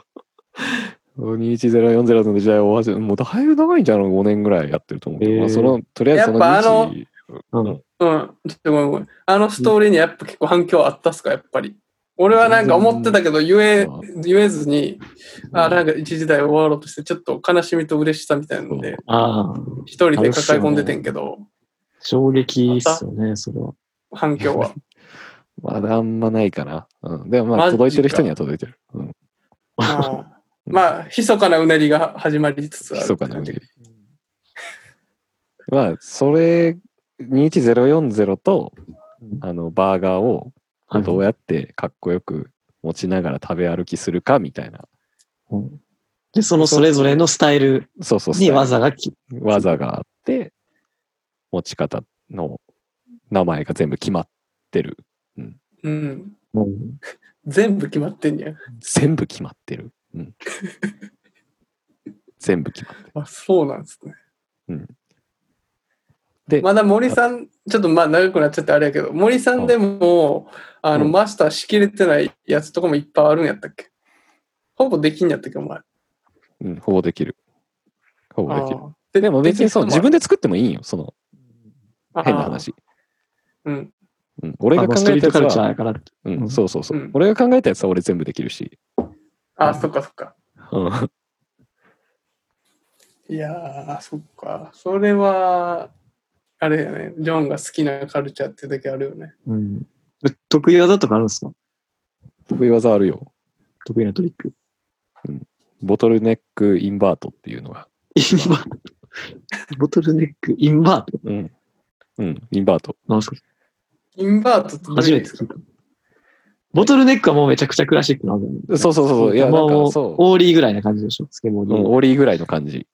[SPEAKER 1] 21040の時代は終わりもうだいぶ長いんじゃないの ?5 年ぐらいやってると思うけど、
[SPEAKER 2] へー
[SPEAKER 1] まあ、その、とりあえずその
[SPEAKER 3] やっぱあの
[SPEAKER 1] 2時
[SPEAKER 2] うん
[SPEAKER 3] うん。ちょっとごめんごめん。あのストーリーにやっぱ結構反響あったっすか、やっぱり。俺はなんか思ってたけど、言え
[SPEAKER 1] まあ、
[SPEAKER 3] 言えずに、あ、なんか一時代終わろうとして、ちょっと悲しみと嬉しさみたいなので、
[SPEAKER 2] ああ、
[SPEAKER 3] 一人で抱え込んでてんけど、
[SPEAKER 2] 衝撃っすよね、それは。
[SPEAKER 3] 反響は。
[SPEAKER 1] まだあんまないかな。うん。でもま
[SPEAKER 3] マ
[SPEAKER 1] あ、
[SPEAKER 3] ジか
[SPEAKER 1] 届いてる人には届いてる。うん。
[SPEAKER 3] ああまあ、密かなうねりが始まりつつある。
[SPEAKER 1] 密かなうねり。まあ、それ、21040と、あの、バーガーを
[SPEAKER 2] はい
[SPEAKER 1] どうやってかっこよく持ちながら食べ歩きするかみたいな。
[SPEAKER 2] うんで、そのそれぞれのスタイル
[SPEAKER 1] そうそう
[SPEAKER 2] に技がき、
[SPEAKER 1] 技があって、持ち方の名前が全部決まってる。
[SPEAKER 3] うん。
[SPEAKER 2] うん
[SPEAKER 3] 全部決まってんじゃん。
[SPEAKER 1] 全部決まってる。うん、全部決まってる。
[SPEAKER 3] あ、そうなんですね。
[SPEAKER 1] うんで
[SPEAKER 3] まだ森さん、ちょっとまあ長くなっちゃってあれやけど、森さんでも、あの、
[SPEAKER 1] うん
[SPEAKER 3] マスターしきれてないやつとかもいっぱいあるんやったっけほぼできんやったっけ、お前。
[SPEAKER 1] うん、ほぼできる。ほぼできる。
[SPEAKER 3] ああ
[SPEAKER 1] でも別にそう、自分で作ってもいいんよ、その変な。
[SPEAKER 3] でき
[SPEAKER 1] 話。
[SPEAKER 3] る人もああうん。
[SPEAKER 1] うん、俺が
[SPEAKER 2] まあ
[SPEAKER 1] 考
[SPEAKER 2] スト
[SPEAKER 1] え
[SPEAKER 2] リー
[SPEAKER 1] た
[SPEAKER 2] ト
[SPEAKER 1] やつ
[SPEAKER 2] カルチャー
[SPEAKER 1] は、
[SPEAKER 2] やからって。
[SPEAKER 1] う、
[SPEAKER 2] うんん
[SPEAKER 1] そうそうそう、
[SPEAKER 3] うん
[SPEAKER 1] 俺が考えたやつは俺全部できるし。
[SPEAKER 3] ああ、そっかそっか。
[SPEAKER 1] うん、
[SPEAKER 3] いやー、そっか。それは、あれやね、ジョンが好きなカルチャーってだけあるよね。
[SPEAKER 2] うん得意技とかあるんですか
[SPEAKER 1] 得意技あるよ。
[SPEAKER 2] 得意なトリック。
[SPEAKER 1] ボトルネックインバートっていうのが、
[SPEAKER 2] インバート。ボトルネック、インバート。
[SPEAKER 1] うん、うん、インバート。
[SPEAKER 2] なんすか
[SPEAKER 3] インバートって
[SPEAKER 2] 初めて聞いた。ボトルネックはもうめちゃくちゃクラシックなんだよね。
[SPEAKER 1] そうそうそうそう、いや、
[SPEAKER 2] ま
[SPEAKER 1] な
[SPEAKER 2] あ
[SPEAKER 1] ん
[SPEAKER 2] も
[SPEAKER 1] か
[SPEAKER 2] う
[SPEAKER 1] そう、
[SPEAKER 2] オーリーぐらいな感じでしょ、スケボー
[SPEAKER 1] う
[SPEAKER 2] の。
[SPEAKER 1] ん、オーリーぐらいの感じ。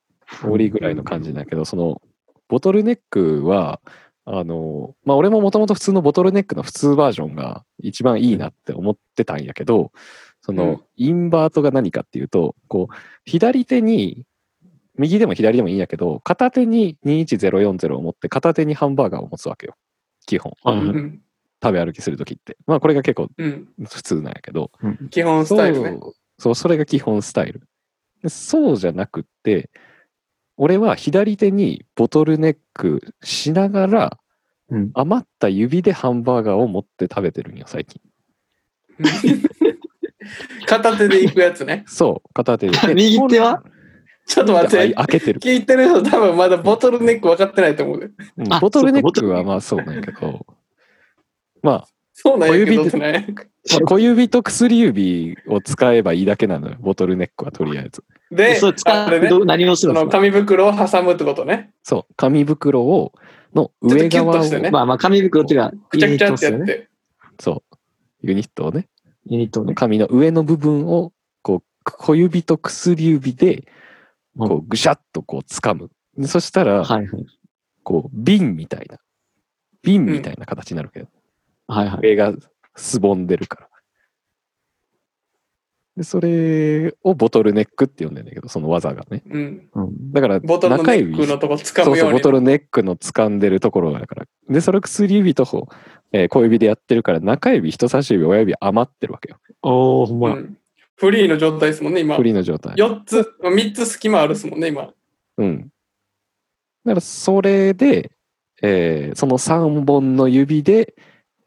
[SPEAKER 1] オーリーぐらいの感じだけど、その、ボトルネックは、あの、まあ、俺ももともと普通のボトルネックの普通バージョンが一番いいなって思ってたんやけど、その、
[SPEAKER 3] うん
[SPEAKER 1] インバートが何かっていうと、こう、左手に、右でも左でもいいんやけど、片手に21040を持って、片手にハンバーガーを持つわけよ。基本。
[SPEAKER 2] はいは
[SPEAKER 3] う
[SPEAKER 2] い
[SPEAKER 3] ん。
[SPEAKER 1] 食べ歩きするときって。まあ、これが結構
[SPEAKER 3] うん。
[SPEAKER 1] 普通なんやけど、
[SPEAKER 3] 基本スタイルね。
[SPEAKER 1] そうそう、それが基本スタイル。でそうじゃなくって、俺は左手にボトルネックしながら、
[SPEAKER 2] うん。
[SPEAKER 1] 余った指でハンバーガーを持って食べてるんよ、最近。
[SPEAKER 3] 片手で行くやつね。
[SPEAKER 1] そう、片手で
[SPEAKER 3] [LAUGHS]
[SPEAKER 2] 右手は
[SPEAKER 3] ちょっと
[SPEAKER 1] あ
[SPEAKER 3] 待って。
[SPEAKER 1] 開けてる。
[SPEAKER 3] 聞いてる人多分まだボトルネック分かってないと思うで。
[SPEAKER 1] うん
[SPEAKER 2] あ
[SPEAKER 1] ボトルネッ
[SPEAKER 2] そう
[SPEAKER 1] ク
[SPEAKER 2] かボトルネッ
[SPEAKER 1] は
[SPEAKER 2] ク
[SPEAKER 1] まあそうなんやけど、まあ、
[SPEAKER 3] そうなんやけど
[SPEAKER 1] 小指で
[SPEAKER 3] ってね。
[SPEAKER 1] まあ小指と薬指を使えばいいだけなのよ、ボトルネックはとりあえず。
[SPEAKER 3] で
[SPEAKER 2] そう、使
[SPEAKER 3] あ
[SPEAKER 2] う
[SPEAKER 3] れね、
[SPEAKER 2] どう何をす
[SPEAKER 3] そ
[SPEAKER 2] るんです
[SPEAKER 3] の
[SPEAKER 2] か
[SPEAKER 3] 紙袋を挟むってことね。
[SPEAKER 1] そう、紙袋を、の
[SPEAKER 3] ちょっ
[SPEAKER 1] 上
[SPEAKER 3] とキュッ
[SPEAKER 1] 側
[SPEAKER 3] と
[SPEAKER 1] を、
[SPEAKER 3] してね
[SPEAKER 2] まあまあ、紙袋っていうか、
[SPEAKER 3] くち
[SPEAKER 2] ユ
[SPEAKER 3] ゃ
[SPEAKER 2] ニ
[SPEAKER 3] く
[SPEAKER 2] ッ
[SPEAKER 3] ちゃ
[SPEAKER 2] ト
[SPEAKER 3] っ
[SPEAKER 2] ってす
[SPEAKER 3] や
[SPEAKER 2] よ
[SPEAKER 3] っ
[SPEAKER 2] ね。
[SPEAKER 3] て。
[SPEAKER 1] そう、ユニットをね、
[SPEAKER 2] ユニットをね。
[SPEAKER 1] 紙の上の部分をこう小指と薬指でこうぐしゃっとこう掴む、そしたら
[SPEAKER 2] はいはい。
[SPEAKER 1] こう瓶みたいな瓶みたいな形になるけど、
[SPEAKER 2] はいはい。
[SPEAKER 1] 上がすぼんでるからでそれをボトルネックって呼んでんだけどその技がね
[SPEAKER 3] うん。
[SPEAKER 2] うん
[SPEAKER 1] だから
[SPEAKER 3] ボトルのネ
[SPEAKER 1] 中
[SPEAKER 3] ッ
[SPEAKER 1] 指
[SPEAKER 3] クのとこ掴
[SPEAKER 1] そ
[SPEAKER 3] む
[SPEAKER 1] う
[SPEAKER 3] よ
[SPEAKER 1] そうう
[SPEAKER 3] に
[SPEAKER 1] ボ。トルネックの掴んでるところだからでそれを薬指とほ、えー小指でやってるから中指人差し指親指余ってるわけよ
[SPEAKER 2] おー、ほんまや
[SPEAKER 3] うんフリーの状態ですもんね、今
[SPEAKER 1] フ。リーの状態
[SPEAKER 3] 4つ、3つ隙間あるですもんね、今。
[SPEAKER 1] うん。だからそれで、えーその3本の指で、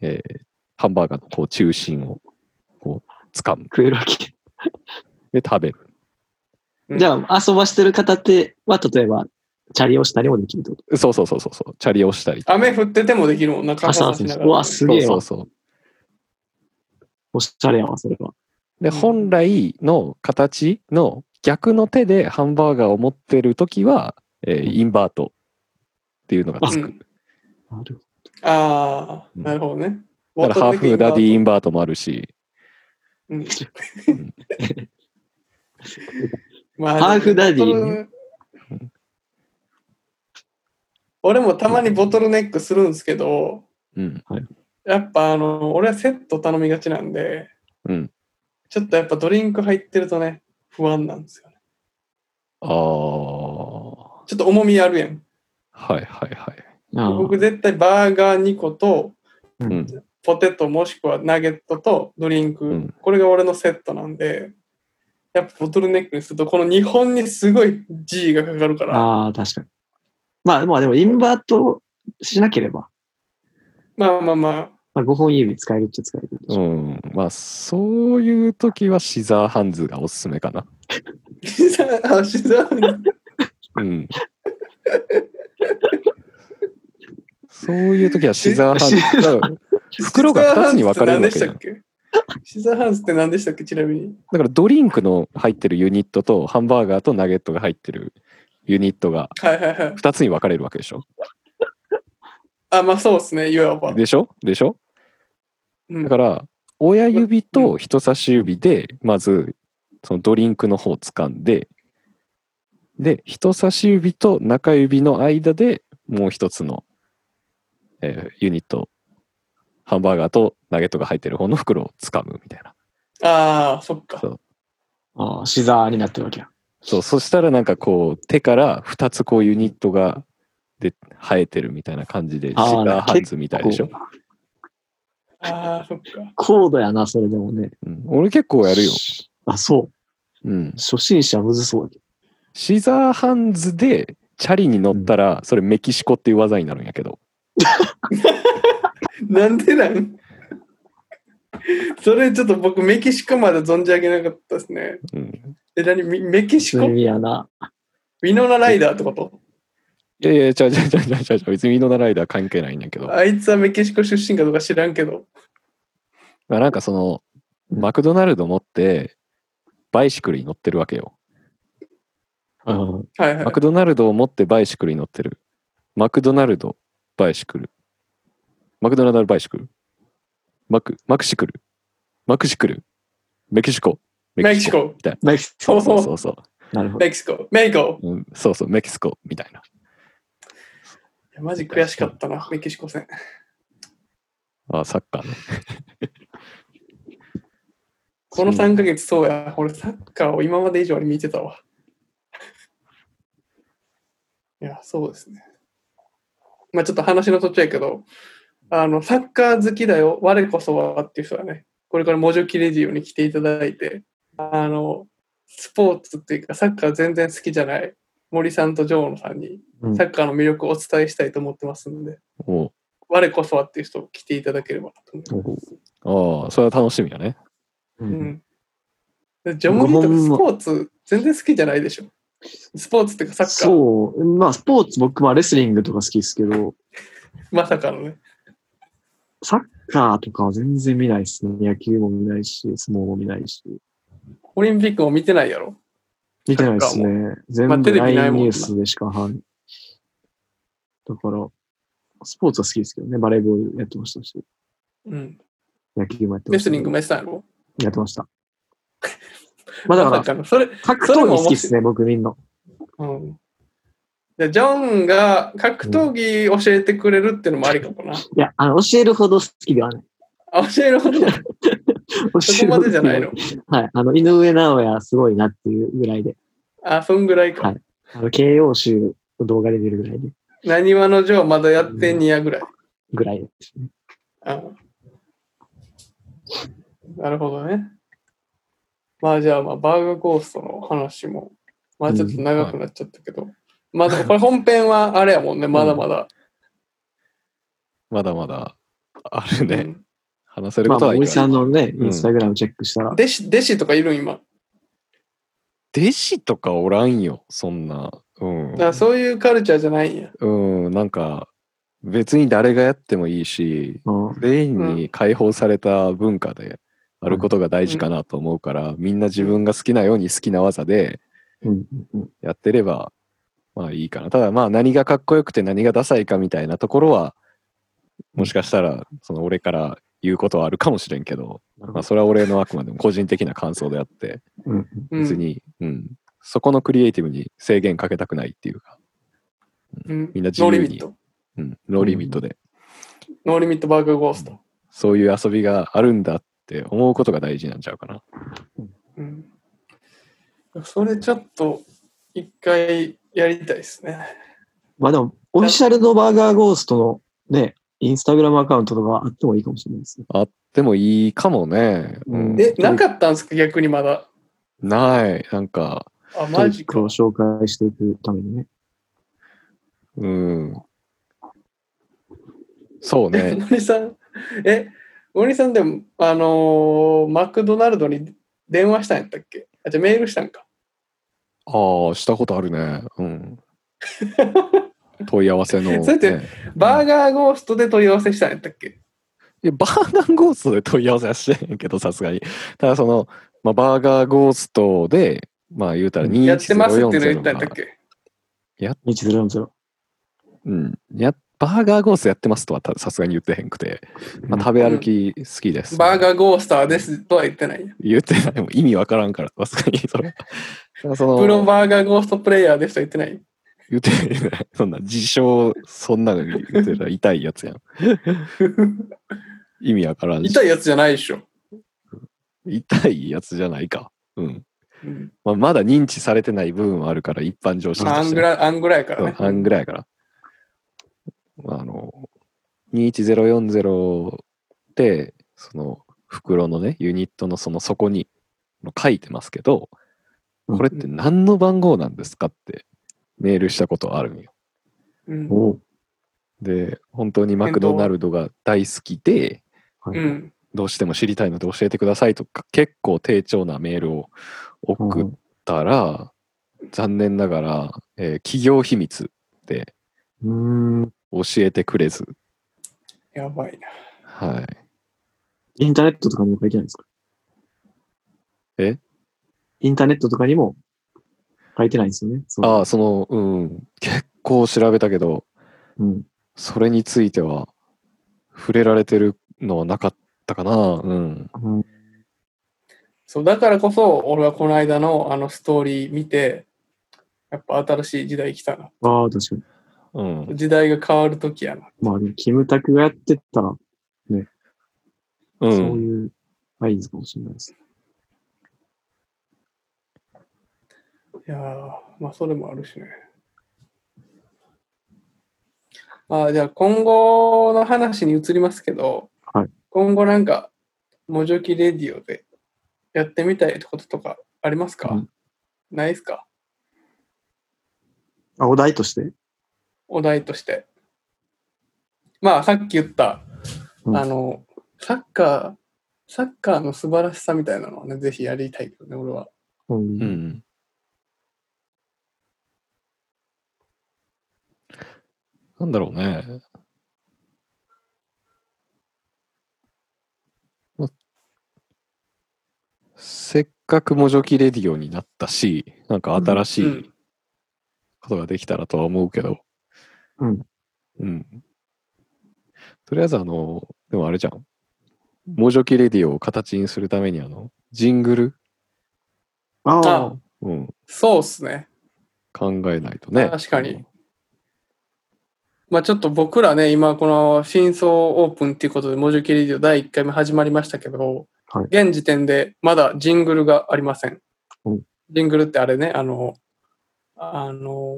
[SPEAKER 1] えーハンバーガーのこう中心をこう掴ん
[SPEAKER 2] 食えるわけ。
[SPEAKER 1] で食べる。
[SPEAKER 3] うん
[SPEAKER 2] じゃあ、遊ばしてる片手は、例えば、チャリをしたりもできるってこと
[SPEAKER 1] そうそうそうそうそう。チャリをしたりとか。
[SPEAKER 3] 雨降っててもできるもんな、傘
[SPEAKER 2] 朝
[SPEAKER 3] 差
[SPEAKER 2] 朝
[SPEAKER 3] し
[SPEAKER 2] で
[SPEAKER 3] な
[SPEAKER 2] す。
[SPEAKER 3] が
[SPEAKER 2] うわ、
[SPEAKER 3] ら。
[SPEAKER 2] すげえ
[SPEAKER 1] そ
[SPEAKER 2] わ
[SPEAKER 1] う。そうそ
[SPEAKER 2] おしゃれやわ、それは。
[SPEAKER 1] う。で、
[SPEAKER 3] うん
[SPEAKER 1] 本来の形の逆の手でハンバーガーを持ってるときは、えーインバートっていうのがつ
[SPEAKER 3] う
[SPEAKER 1] く。
[SPEAKER 3] ん
[SPEAKER 2] なる
[SPEAKER 3] ああ、
[SPEAKER 1] うん
[SPEAKER 3] なるほどね。
[SPEAKER 1] だからハーフダディイン
[SPEAKER 3] バ
[SPEAKER 1] バートもあるし、
[SPEAKER 3] [LAUGHS]
[SPEAKER 2] ハーフダディね
[SPEAKER 1] うん
[SPEAKER 3] 俺もたまにボトルネックするんですけど、
[SPEAKER 1] うん、
[SPEAKER 3] やっぱあの、俺はセット頼みがちなんで、
[SPEAKER 1] うん。
[SPEAKER 3] ちょっとやっぱドリンク入ってるとね、不安なんですよね。
[SPEAKER 1] ああ、は
[SPEAKER 3] ちょっと重みあるやん。
[SPEAKER 1] いはいはい。
[SPEAKER 2] ほどあー
[SPEAKER 3] 僕絶対バーガー2個と、
[SPEAKER 1] うん、
[SPEAKER 3] ポテトもしくはナゲットとドリンク、
[SPEAKER 1] うん
[SPEAKER 3] これが俺のセットなんでやっぱボトルネックにするとこの日本にすごい G がかかるから
[SPEAKER 2] あー、確かに。まあ、まあでも、インバートしなければ、
[SPEAKER 3] まあまあま
[SPEAKER 2] まあ、5本指使えるっちゃ使えるでし
[SPEAKER 1] う
[SPEAKER 2] ょ。
[SPEAKER 1] ん、まあそういう時はシザーハンズがおすすめかな。
[SPEAKER 3] あ膝あ膝
[SPEAKER 1] [LAUGHS] うん。そういう時はシザーハンズ。だから袋が二つに分かれるわけじゃん
[SPEAKER 3] シザーハンズって何でしたっけシザーハンズって何でしたっけちなみに
[SPEAKER 1] だからドリンクの入ってるユニットとハンバーガーとナゲットが入ってるユニットが
[SPEAKER 3] はいはいはい
[SPEAKER 1] 2つに分かれるわけでしょ
[SPEAKER 3] あまあそうですねいわば、
[SPEAKER 1] でしょでしょ
[SPEAKER 3] うん
[SPEAKER 1] だから親指と人差し指でまずそのドリンクの方を掴んでで人差し指と中指の間でもう一つの、えーユニットハンバーガーとナゲットが入ってる方の袋を掴むみたいな
[SPEAKER 3] ああそっか
[SPEAKER 1] そう
[SPEAKER 2] ああ、シザーになってるわけや。
[SPEAKER 1] そうそしたらなんかこう手から2つこうユニットがで生えてるみたいな感じでシ
[SPEAKER 2] あー
[SPEAKER 1] ガーハンズみたいでしょ
[SPEAKER 2] こ、う
[SPEAKER 3] ああそっか
[SPEAKER 2] 高度やな、それでもね。
[SPEAKER 1] うん、俺結構やるよ、。
[SPEAKER 2] あ、そう。
[SPEAKER 1] うん、
[SPEAKER 2] 初心者むずそうだけ
[SPEAKER 1] シザーハンズでチャリに乗ったら、それメキシコっていう技になるんやけど。
[SPEAKER 3] なんでなんそれちょっと僕メキシコまで存じ上げなかったですね
[SPEAKER 1] うん、
[SPEAKER 3] え何メメキシ
[SPEAKER 2] ど。
[SPEAKER 3] コ
[SPEAKER 2] 趣味やな。
[SPEAKER 3] ウィノナライダーってこと
[SPEAKER 1] いやいや、ちゃうちゃうちゃうちゃうちゃうちゃう別にイノナライダー関係ないんやけど。
[SPEAKER 3] あいつはメキシコ出身かどうか知らんけど。
[SPEAKER 1] まあなんかその、マクドナルド持って、バイシクルに乗ってるわけよ。うん
[SPEAKER 3] はいはい
[SPEAKER 1] マ。クドナルドを持ってバイシクルに乗ってる。マクドナルド、バイシクル。マクドナルド、バイシクル。マク、マクシクル。マクシクル。メキシコ。
[SPEAKER 3] メキシ。コ、
[SPEAKER 2] メキシ
[SPEAKER 1] そうそうそうそう。
[SPEAKER 2] なるほど。
[SPEAKER 3] メキシコ、メイコ。
[SPEAKER 1] うん、そうそう、メキシコみたいな。
[SPEAKER 3] いやマジ悔しかったな、メキシコ戦。
[SPEAKER 1] あ、サッカーね。
[SPEAKER 3] この3ヶ月、そうや、俺サッカーを今まで以上に見てたわ。 [LAUGHS] いや、そうですね。まあちょっと話の途中やけど、あの、サッカー好きだよ、我こそはっていう人はね、これからモジョキレジオに来ていただいて、あの、スポーツっていうか、サッカー全然好きじゃない森さんとジョーノさんに、
[SPEAKER 2] うん
[SPEAKER 3] サッカーの魅力をお伝えしたいと思ってますんで、
[SPEAKER 1] おう
[SPEAKER 3] 我こそはっていう人来ていただければと思います。
[SPEAKER 1] ああ、それは楽しみだね。
[SPEAKER 2] う
[SPEAKER 3] うんん。でジョモリと
[SPEAKER 2] 僕
[SPEAKER 3] か
[SPEAKER 2] も
[SPEAKER 3] スポーツ全然好きじゃないでしょ。スポーツっていうかサッカー、
[SPEAKER 2] そう。まあ、スポーツ、僕はレスリングとか好きですけど、
[SPEAKER 3] まさかのね。
[SPEAKER 2] サッカーとかは全然見ないですね。野球も見ないし、相撲も見ないし。
[SPEAKER 3] オリンピックも見てないやろ。
[SPEAKER 2] 見てないですね。全
[SPEAKER 3] まあ
[SPEAKER 2] 部
[SPEAKER 3] テレビない
[SPEAKER 2] LINE
[SPEAKER 3] もんな
[SPEAKER 2] ニュースでしか、はい。だから、スポーツは好きですけどね。バレーボールやってましたし、
[SPEAKER 3] うん。
[SPEAKER 2] 野球もやってま
[SPEAKER 3] レ
[SPEAKER 2] したし。
[SPEAKER 3] スリングもやってたんやろ。
[SPEAKER 2] やってました。まあだ
[SPEAKER 3] まさ
[SPEAKER 2] か
[SPEAKER 3] かのそれ、
[SPEAKER 2] ら、格闘技好きですね、僕みんな。
[SPEAKER 3] うん。じゃあジョンが格闘技教えてくれるっていうのもありかもな。
[SPEAKER 2] いや、あの、教えるほど好きではない。
[SPEAKER 3] あ教えるほど、そ
[SPEAKER 2] 教え
[SPEAKER 3] こ
[SPEAKER 2] る
[SPEAKER 3] ま
[SPEAKER 2] ほど
[SPEAKER 3] でじゃないの。
[SPEAKER 2] はい。あの、井上尚弥はすごいなっていうぐらいで、
[SPEAKER 3] あ、そんぐらいか
[SPEAKER 2] は。あの、KO 集の動画で出るぐらいで、
[SPEAKER 3] なにわのジョーまだやってんにやぐらい。
[SPEAKER 2] ぐらいですね。
[SPEAKER 3] あなるほどね。まあじゃあ、まあ、バーガーゴーストの話も、まあちょっと長くなっちゃったけど、まあでもこれ本編はあれやもんね、まだまだ。
[SPEAKER 1] まだまだある
[SPEAKER 3] う
[SPEAKER 1] ね。
[SPEAKER 3] ん
[SPEAKER 1] 話せる
[SPEAKER 2] ま
[SPEAKER 1] こ
[SPEAKER 2] あ、
[SPEAKER 1] とはい
[SPEAKER 2] 森
[SPEAKER 1] くら
[SPEAKER 2] さん
[SPEAKER 1] でも
[SPEAKER 2] のね、
[SPEAKER 1] うん
[SPEAKER 2] インスタグラムチェックしたら、
[SPEAKER 3] 弟子、弟子とかいるん今。
[SPEAKER 1] 弟子とかおらんよ、そんな。うん
[SPEAKER 3] だ。からそういうカルチャーじゃないんや。
[SPEAKER 1] うん、なんか、別に誰がやってもいいし、
[SPEAKER 2] うん
[SPEAKER 1] 全員に解放された文化であることが大事かなと思うから、みんな自分が好きなように好きな技で
[SPEAKER 2] うん、うん、
[SPEAKER 1] やってればまあいいかなただまあ何がかっこよくて何がダサいかみたいなところはもしかしたらその俺から言うことはあるかもしれんけど、ま
[SPEAKER 2] なるほ
[SPEAKER 1] あ、
[SPEAKER 2] ど。
[SPEAKER 1] それは俺のあくまでも個人的な感想であって
[SPEAKER 2] うんうん
[SPEAKER 3] うん
[SPEAKER 1] 別に、うんそこのクリエイティブに制限かけたくないっていうか、
[SPEAKER 3] うん
[SPEAKER 1] みんな自
[SPEAKER 3] ノ
[SPEAKER 1] 由
[SPEAKER 3] ー
[SPEAKER 1] に
[SPEAKER 3] リミット。
[SPEAKER 1] うん、ノーリミットで
[SPEAKER 3] ノーリミットバーガーゴースト。
[SPEAKER 1] そういう遊びがあるんだって思うことが大事なんちゃうかな。
[SPEAKER 3] うん。それちょっと、一回やりたいですね。
[SPEAKER 2] まあでも、オフィシャルのバーガーゴーストのね、インスタグラムアカウントとかあってもいいかもしれないですね。
[SPEAKER 1] あってもいいかもね。うん、
[SPEAKER 3] え、なかったんですか逆にまだ。
[SPEAKER 1] ない。なんか、
[SPEAKER 3] あ、マジ
[SPEAKER 2] トピ。
[SPEAKER 3] か
[SPEAKER 2] ックを紹介していくためにね。
[SPEAKER 1] うん。そう
[SPEAKER 3] え、
[SPEAKER 1] ね。
[SPEAKER 3] [LAUGHS] 森さん、え、森さんでも、あのーマクドナルドに電話したんやったっけあ、じゃあメールしたんか。
[SPEAKER 1] ああ、したことあるね。
[SPEAKER 3] [LAUGHS]
[SPEAKER 1] うん。問い合わせの、
[SPEAKER 3] それって
[SPEAKER 1] ね。
[SPEAKER 3] バーガーゴーストで問い合わせしたんやったっけ
[SPEAKER 1] いやバーガーゴーストで問い合わせはしてないけど、さすがに。ただ、その、まあ、バーガーゴーストで、まあ、言うたら2
[SPEAKER 3] やってますっていうの言ったんやったっけ
[SPEAKER 2] 2140。
[SPEAKER 1] うん。やバーガーゴーストやってますとはたさすがに言ってへんくて、まあ、食べ歩き好きです。
[SPEAKER 3] バーガーゴースターですとは言ってないんや
[SPEAKER 1] 言ってないもん意味わからんから、さすがにそれは。だからその
[SPEAKER 3] プロバーガーゴーストプレイヤーですとは言っ
[SPEAKER 1] [LAUGHS]
[SPEAKER 3] てない。
[SPEAKER 1] 言ってない。そんな、自称、そんなの言ってたら痛いやつやん。意味わからんし。
[SPEAKER 3] 痛いやつじゃないでしょ。
[SPEAKER 1] 痛いやつじゃないか。うん。
[SPEAKER 3] うん
[SPEAKER 1] まあ、まだ認知されてない部分はあるから、一般常識と
[SPEAKER 3] アン
[SPEAKER 1] して
[SPEAKER 3] グ
[SPEAKER 1] ね。
[SPEAKER 3] ラ、アングラやからね。
[SPEAKER 1] うん、半ぐらいやから。まあ、あの、21040で、その、袋のね、ユニットのその底に書いてますけど、これって何の番号なんですかってメールしたことあるんよ。
[SPEAKER 3] うん。
[SPEAKER 2] おう
[SPEAKER 1] で本当にマクドナルドが大好きで
[SPEAKER 2] はい
[SPEAKER 3] うん。
[SPEAKER 1] どうしても知りたいので教えてくださいとか結構丁重なメールを送っ
[SPEAKER 2] うん
[SPEAKER 1] たら、残念ながら、えー企業秘密で
[SPEAKER 2] うーん。
[SPEAKER 1] 教えてくれず
[SPEAKER 3] やばいな。
[SPEAKER 1] はい
[SPEAKER 2] インターネットとかにも書いてないですか
[SPEAKER 1] え
[SPEAKER 2] インターネットとかにも書いてないんですよね。そう
[SPEAKER 1] ああ、その、うん、結構調べたけど、
[SPEAKER 2] うん、
[SPEAKER 1] それについては触れられてるのはなかったかな。うん。
[SPEAKER 2] うん
[SPEAKER 3] そう、だからこそ、俺はこの間のあのストーリー見て、やっぱ新しい時代来たな。
[SPEAKER 2] ああ、確かに。
[SPEAKER 1] うん。
[SPEAKER 3] 時代が変わる時やな。
[SPEAKER 2] まあ、でもキムタクがやってたら、
[SPEAKER 1] う。
[SPEAKER 2] そうんいう合図かもしれないです。
[SPEAKER 3] いやーまあそれもあるしね。まあじゃあ今後の話に移りますけど、
[SPEAKER 2] はい
[SPEAKER 3] 今後なんか、もじょきレディオでやってみたいこととかありますか、
[SPEAKER 2] うん
[SPEAKER 3] ないですか
[SPEAKER 2] あ、お題として
[SPEAKER 3] お題として。まあさっき言った、
[SPEAKER 2] うん
[SPEAKER 3] あの、サッカー、サッカーの素晴らしさみたいなのをね、ぜひやりたいけどね、俺は。
[SPEAKER 2] うん
[SPEAKER 1] う。ん。なんだろうね。ませっかくもジョキレディオになったし、なんか新し
[SPEAKER 3] う
[SPEAKER 1] い
[SPEAKER 3] ん
[SPEAKER 1] ことができたらとは思うけど、
[SPEAKER 2] うん。
[SPEAKER 1] うん。とりあえず、あの、でもあれじゃん。モジョキレディオを形にするために、あの、ジングル、
[SPEAKER 2] あ
[SPEAKER 3] あ
[SPEAKER 2] あ、
[SPEAKER 1] うん、
[SPEAKER 3] そうっすね。
[SPEAKER 1] 考えないとね。
[SPEAKER 3] 確かに。まあちょっと僕らね、今この真相オープンっていうことで、モジュキレディオ第1回目始まりましたけど、
[SPEAKER 2] はい
[SPEAKER 3] 現時点でまだジングルがありません。
[SPEAKER 2] うん
[SPEAKER 3] ジングルってあれね、あの、あの、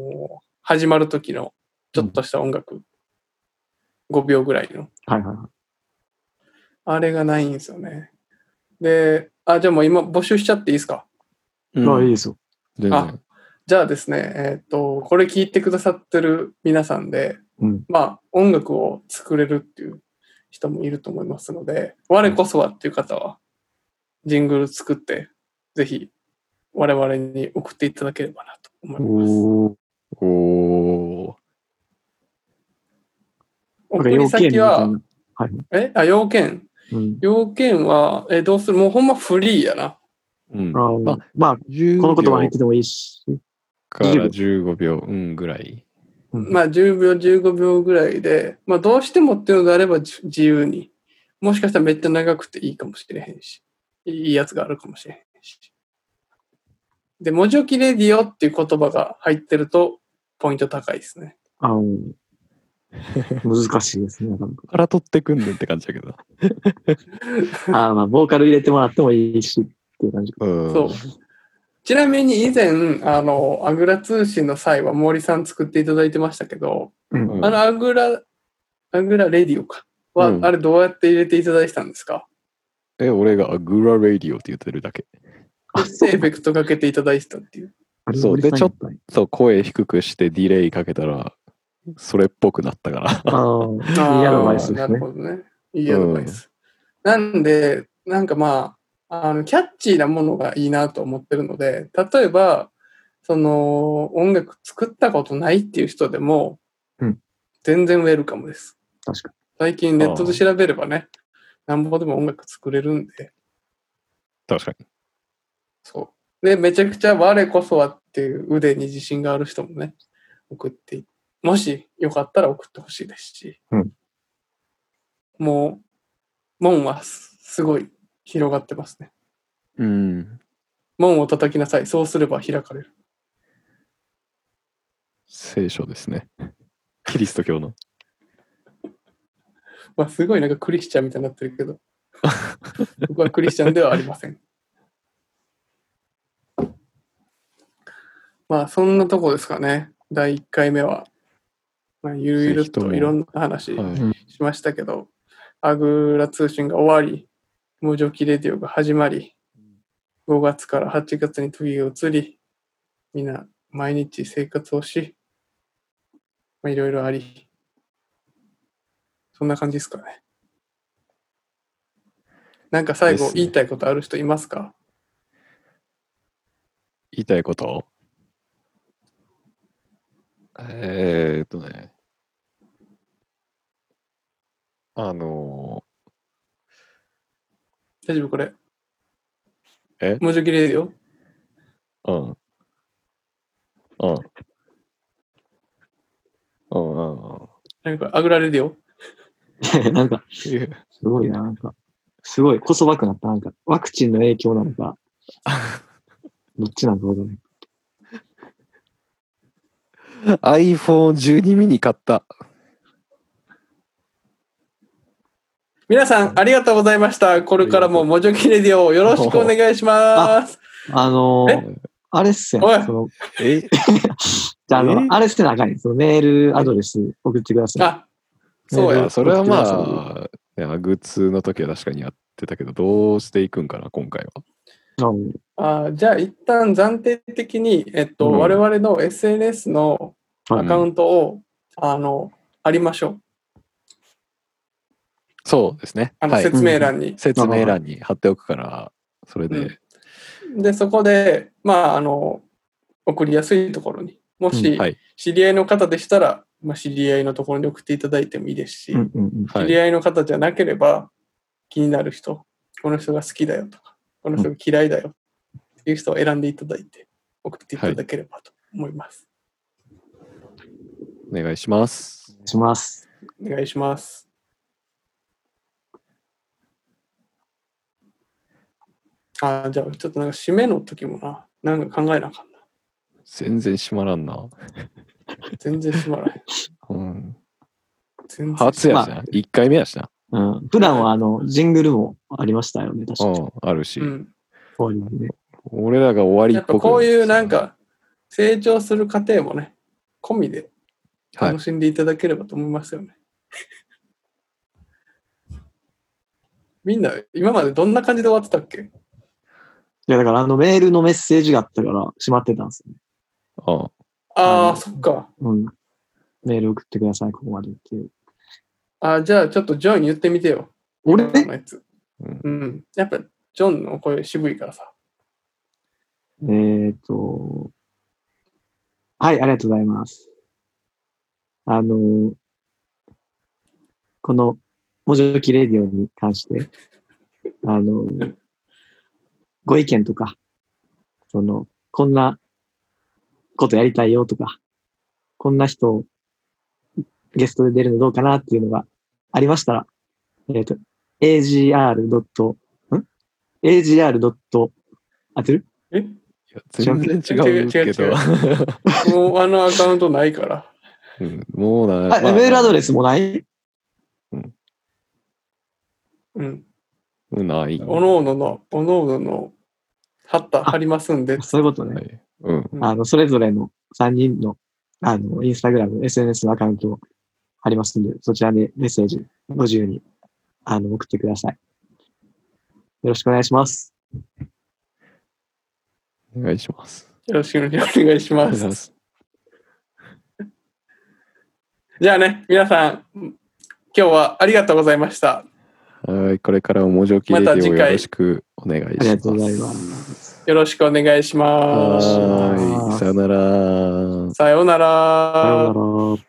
[SPEAKER 3] 始まる時のちょっとした音楽、5秒ぐらいの。
[SPEAKER 2] はいはいは
[SPEAKER 3] あれがないんですよね。で、あ、じゃあもう今募集しちゃっていいですか
[SPEAKER 1] う
[SPEAKER 2] い。
[SPEAKER 1] ん
[SPEAKER 2] まあ、いいですよ。
[SPEAKER 1] 全
[SPEAKER 3] あ
[SPEAKER 1] 然。
[SPEAKER 3] じゃあですね、えーっと、これ聞いてくださってる皆さんで、
[SPEAKER 2] うん。
[SPEAKER 3] まあ、音楽を作れるっていう人もいると思いますので、我こそはっていう方は、ジングル作って、ぜひ、我々に送っていただければなと思います。
[SPEAKER 2] おお。
[SPEAKER 1] おー。
[SPEAKER 2] こ
[SPEAKER 3] 送
[SPEAKER 2] れ
[SPEAKER 3] り
[SPEAKER 2] 要件み
[SPEAKER 3] 先
[SPEAKER 2] たい
[SPEAKER 3] は、
[SPEAKER 2] な。はい。
[SPEAKER 3] えあ、要件
[SPEAKER 2] うん。
[SPEAKER 3] 要件は、え、どうするもうほんまフリーやな。
[SPEAKER 1] うん。
[SPEAKER 2] あー
[SPEAKER 1] あ
[SPEAKER 2] まあ、こ
[SPEAKER 1] 10
[SPEAKER 2] の言葉入っ
[SPEAKER 1] 秒
[SPEAKER 2] ててもいいし。
[SPEAKER 1] から15秒、うん、ぐらい。
[SPEAKER 2] うん
[SPEAKER 3] まあ、10秒、15秒ぐらいで、まあ、どうしてもっていうのであればじ自由に。もしかしたらめっちゃ長くていいかもしれへんし、いいやつがあるかもしれへんし。で、文字置きレディオっていう言葉が入ってると、ポイント高いですね。
[SPEAKER 2] あの、難しいですね、なかな
[SPEAKER 1] ここから取ってくんねんって感じだけ
[SPEAKER 2] [LAUGHS]
[SPEAKER 1] ど。
[SPEAKER 2] か。 [LAUGHS] ああ、まあ、ボーカル入れてもらってもいいし、っていう感じ
[SPEAKER 3] [LAUGHS]
[SPEAKER 2] か。
[SPEAKER 1] うん。
[SPEAKER 3] そう。ちなみに以前、あの、アグラ通信の際は森さん作っていただいてましたけど、
[SPEAKER 2] うん
[SPEAKER 1] うん
[SPEAKER 3] あの、アグラ、アグラレディオか。は、
[SPEAKER 1] うん
[SPEAKER 3] あれどうやって入れていただいたんで
[SPEAKER 1] [LAUGHS]
[SPEAKER 3] すか
[SPEAKER 1] え、俺がアグラレディオって言ってるだけ。
[SPEAKER 2] あ
[SPEAKER 3] でエフェクトかけていただいてたっていう。
[SPEAKER 2] あれ
[SPEAKER 1] そうでちょっ
[SPEAKER 2] と。
[SPEAKER 1] そう、声低くしてディレイかけたら、それっぽくなったから。 [LAUGHS]
[SPEAKER 2] ああ、いいアドバイスで
[SPEAKER 3] な
[SPEAKER 2] すね。
[SPEAKER 3] るほどね。いいアドバイス。なんで、なんかまあ、あの、キャッチーなものがいいなと思ってるので、例えば、その、音楽作ったことないっていう人でも、
[SPEAKER 2] うん
[SPEAKER 3] 全然ウェルカムです。
[SPEAKER 2] 確か
[SPEAKER 3] 最近ネットで調べればね、なんぼでも音楽作れるんで、
[SPEAKER 1] 確かに。
[SPEAKER 3] そう。で、めちゃくちゃ我こそはっていう腕に自信がある人もね、送ってい、もしよかったら送ってほしいですし、
[SPEAKER 2] うん
[SPEAKER 3] もう、門はすすごい広がってますね。
[SPEAKER 1] うん。
[SPEAKER 3] 門を叩きなさい。そうすれば開かれる。
[SPEAKER 1] 聖書ですね。 [LAUGHS] キリスト教の。
[SPEAKER 3] まあ、すごいなんかクリスチャンみたいになってるけど、僕はクリスチャンではありません。まあ、そんなとこですかね。第1回目は。まあ、ゆるゆるといろんな話。
[SPEAKER 1] はい。
[SPEAKER 3] しましたけど、アグラ通信が終わり、無常期レディオが始まり、5月から8月に時が移り、みんな毎日生活をし、まあ、いろいろあり、そんな感じですかね。なんか最
[SPEAKER 1] で
[SPEAKER 3] 後
[SPEAKER 1] すね
[SPEAKER 3] 言いたいことある人いますか
[SPEAKER 1] 言いたいことえー、っとね。あの
[SPEAKER 3] 大丈夫これ。
[SPEAKER 1] え
[SPEAKER 3] 無常期レディオ
[SPEAKER 1] ー、うん。うん。うんうんうん。
[SPEAKER 3] なんか、あぐられるよ。
[SPEAKER 2] [LAUGHS] なんか、すごいな、なんか。すごい、こそばくなった。なんか、ワクチンの影響なの [LAUGHS] か、どっちなのかわかんない。
[SPEAKER 1] iPhone12 ミニ買った。
[SPEAKER 3] 皆さん、ありがとうございました。これからも、もじょきレディオ、よろしくお願いします。
[SPEAKER 2] あのー、あれっす
[SPEAKER 3] おい
[SPEAKER 2] やん。その、
[SPEAKER 1] え
[SPEAKER 2] じゃあ、あ
[SPEAKER 1] え
[SPEAKER 2] の、あれ捨てなあかんやんそのメールアドレス送ってください。
[SPEAKER 3] あ、そう
[SPEAKER 2] メー
[SPEAKER 3] や
[SPEAKER 2] ル。
[SPEAKER 1] それはま
[SPEAKER 2] 送ってくだ
[SPEAKER 1] あ、ね、アグツの時は確かにやってたけど、どうしていくんかな、今回は。
[SPEAKER 2] さいうん
[SPEAKER 3] あじゃあ、一旦暫定的に、えっと、
[SPEAKER 1] うん
[SPEAKER 3] 我々の SNS の
[SPEAKER 1] はい
[SPEAKER 3] アカウントを、あの、ありましょう。
[SPEAKER 1] そうですね。
[SPEAKER 3] あの、
[SPEAKER 1] はい。
[SPEAKER 3] 説明欄に。
[SPEAKER 1] 説明欄に貼っておくから、それで。
[SPEAKER 3] で、そこで、まあ、あの、送りやすいところに。も
[SPEAKER 2] う
[SPEAKER 3] し、
[SPEAKER 1] はい。
[SPEAKER 3] 知り合いの方でしたら、まあ、知り合いのところに送っていただいてもいいですし、
[SPEAKER 2] うんうんうん。
[SPEAKER 1] は
[SPEAKER 3] 知り
[SPEAKER 1] い。
[SPEAKER 3] 合いの方じゃなければ、気になる人、この人が好きだよとか、この人が嫌いだよっていう人を選んでいただいて、送っていただければと思います。
[SPEAKER 1] お願いします。
[SPEAKER 2] します。
[SPEAKER 3] お願いします。あじゃあ、ちょっとなんか締めの時もな、なんか考えなあかんな。
[SPEAKER 1] 全然閉まらんな。
[SPEAKER 3] 全然締まらへん。
[SPEAKER 1] うん。
[SPEAKER 3] 全然
[SPEAKER 1] 初やし
[SPEAKER 2] ま
[SPEAKER 1] な。1回目やしな。
[SPEAKER 2] うん。普段は、あの、ジングルもありましたよね、確
[SPEAKER 1] う
[SPEAKER 2] か。
[SPEAKER 1] ん、あるし。
[SPEAKER 3] うん、
[SPEAKER 2] そういうので
[SPEAKER 1] 俺らが終わり
[SPEAKER 3] や
[SPEAKER 1] っ
[SPEAKER 3] っぱ
[SPEAKER 1] ぽく。
[SPEAKER 3] こういうなん、か成長する過程もね込みで
[SPEAKER 1] はい
[SPEAKER 3] 楽。しんでいただければと思いますよね、 [LAUGHS] みんな今までどんな感じで終わってたっけ
[SPEAKER 2] いや、だからあのメールのメッセージがあったから閉まってたんですよね。
[SPEAKER 1] うん
[SPEAKER 3] あ
[SPEAKER 2] う
[SPEAKER 3] あ
[SPEAKER 2] ん
[SPEAKER 3] そっか
[SPEAKER 2] うん。メール送ってください、ここまでっていう。
[SPEAKER 3] あーじゃあちょっとジョン言ってみてよ
[SPEAKER 2] 俺
[SPEAKER 3] ジョンのやつ
[SPEAKER 1] うん
[SPEAKER 3] うんやっぱジョンの声渋いからさ
[SPEAKER 2] えっ、と、はい、ありがとうございます。あの、この、もじょきレディオに関して、あの、ご意見とか、その、こんなことやりたいよとか、こんな人、ゲストで出るのどうかなっていうのがありましたら、えっ、と、agr. ん ?agr. 当てる
[SPEAKER 3] え
[SPEAKER 1] いや全然違うけど [LAUGHS]
[SPEAKER 3] 違う違う違う。もうあのアカウントないから
[SPEAKER 1] うんもうな。
[SPEAKER 2] あ、
[SPEAKER 1] まあ
[SPEAKER 2] メールアドレスもない [LAUGHS]
[SPEAKER 3] うん
[SPEAKER 1] うんない。
[SPEAKER 3] おのおののおのおのの貼った貼りますんで
[SPEAKER 2] そういうこと
[SPEAKER 1] は
[SPEAKER 2] ね。
[SPEAKER 1] いうん。
[SPEAKER 3] うん
[SPEAKER 2] あの、それぞれの3人の、あの、インスタグラム、SNS のアカウントありますので、そちらでメッセージご自由に、あの、送ってください。よろしくお願いします。
[SPEAKER 1] お願いします。
[SPEAKER 3] よろしくお願いし
[SPEAKER 1] お願
[SPEAKER 3] ま
[SPEAKER 1] いし
[SPEAKER 3] す
[SPEAKER 1] ま。す
[SPEAKER 3] じゃあね、皆さん、今日はありがとうございました。
[SPEAKER 1] はい。これからももじょきレディ
[SPEAKER 3] また
[SPEAKER 1] を
[SPEAKER 3] 次回
[SPEAKER 1] よろしくお願いします。
[SPEAKER 2] ありがとうございます。
[SPEAKER 3] よろしくお願いしま
[SPEAKER 1] は
[SPEAKER 3] す。
[SPEAKER 1] ーい。さよなら。
[SPEAKER 3] さような
[SPEAKER 2] さ
[SPEAKER 3] ら
[SPEAKER 2] ようなら。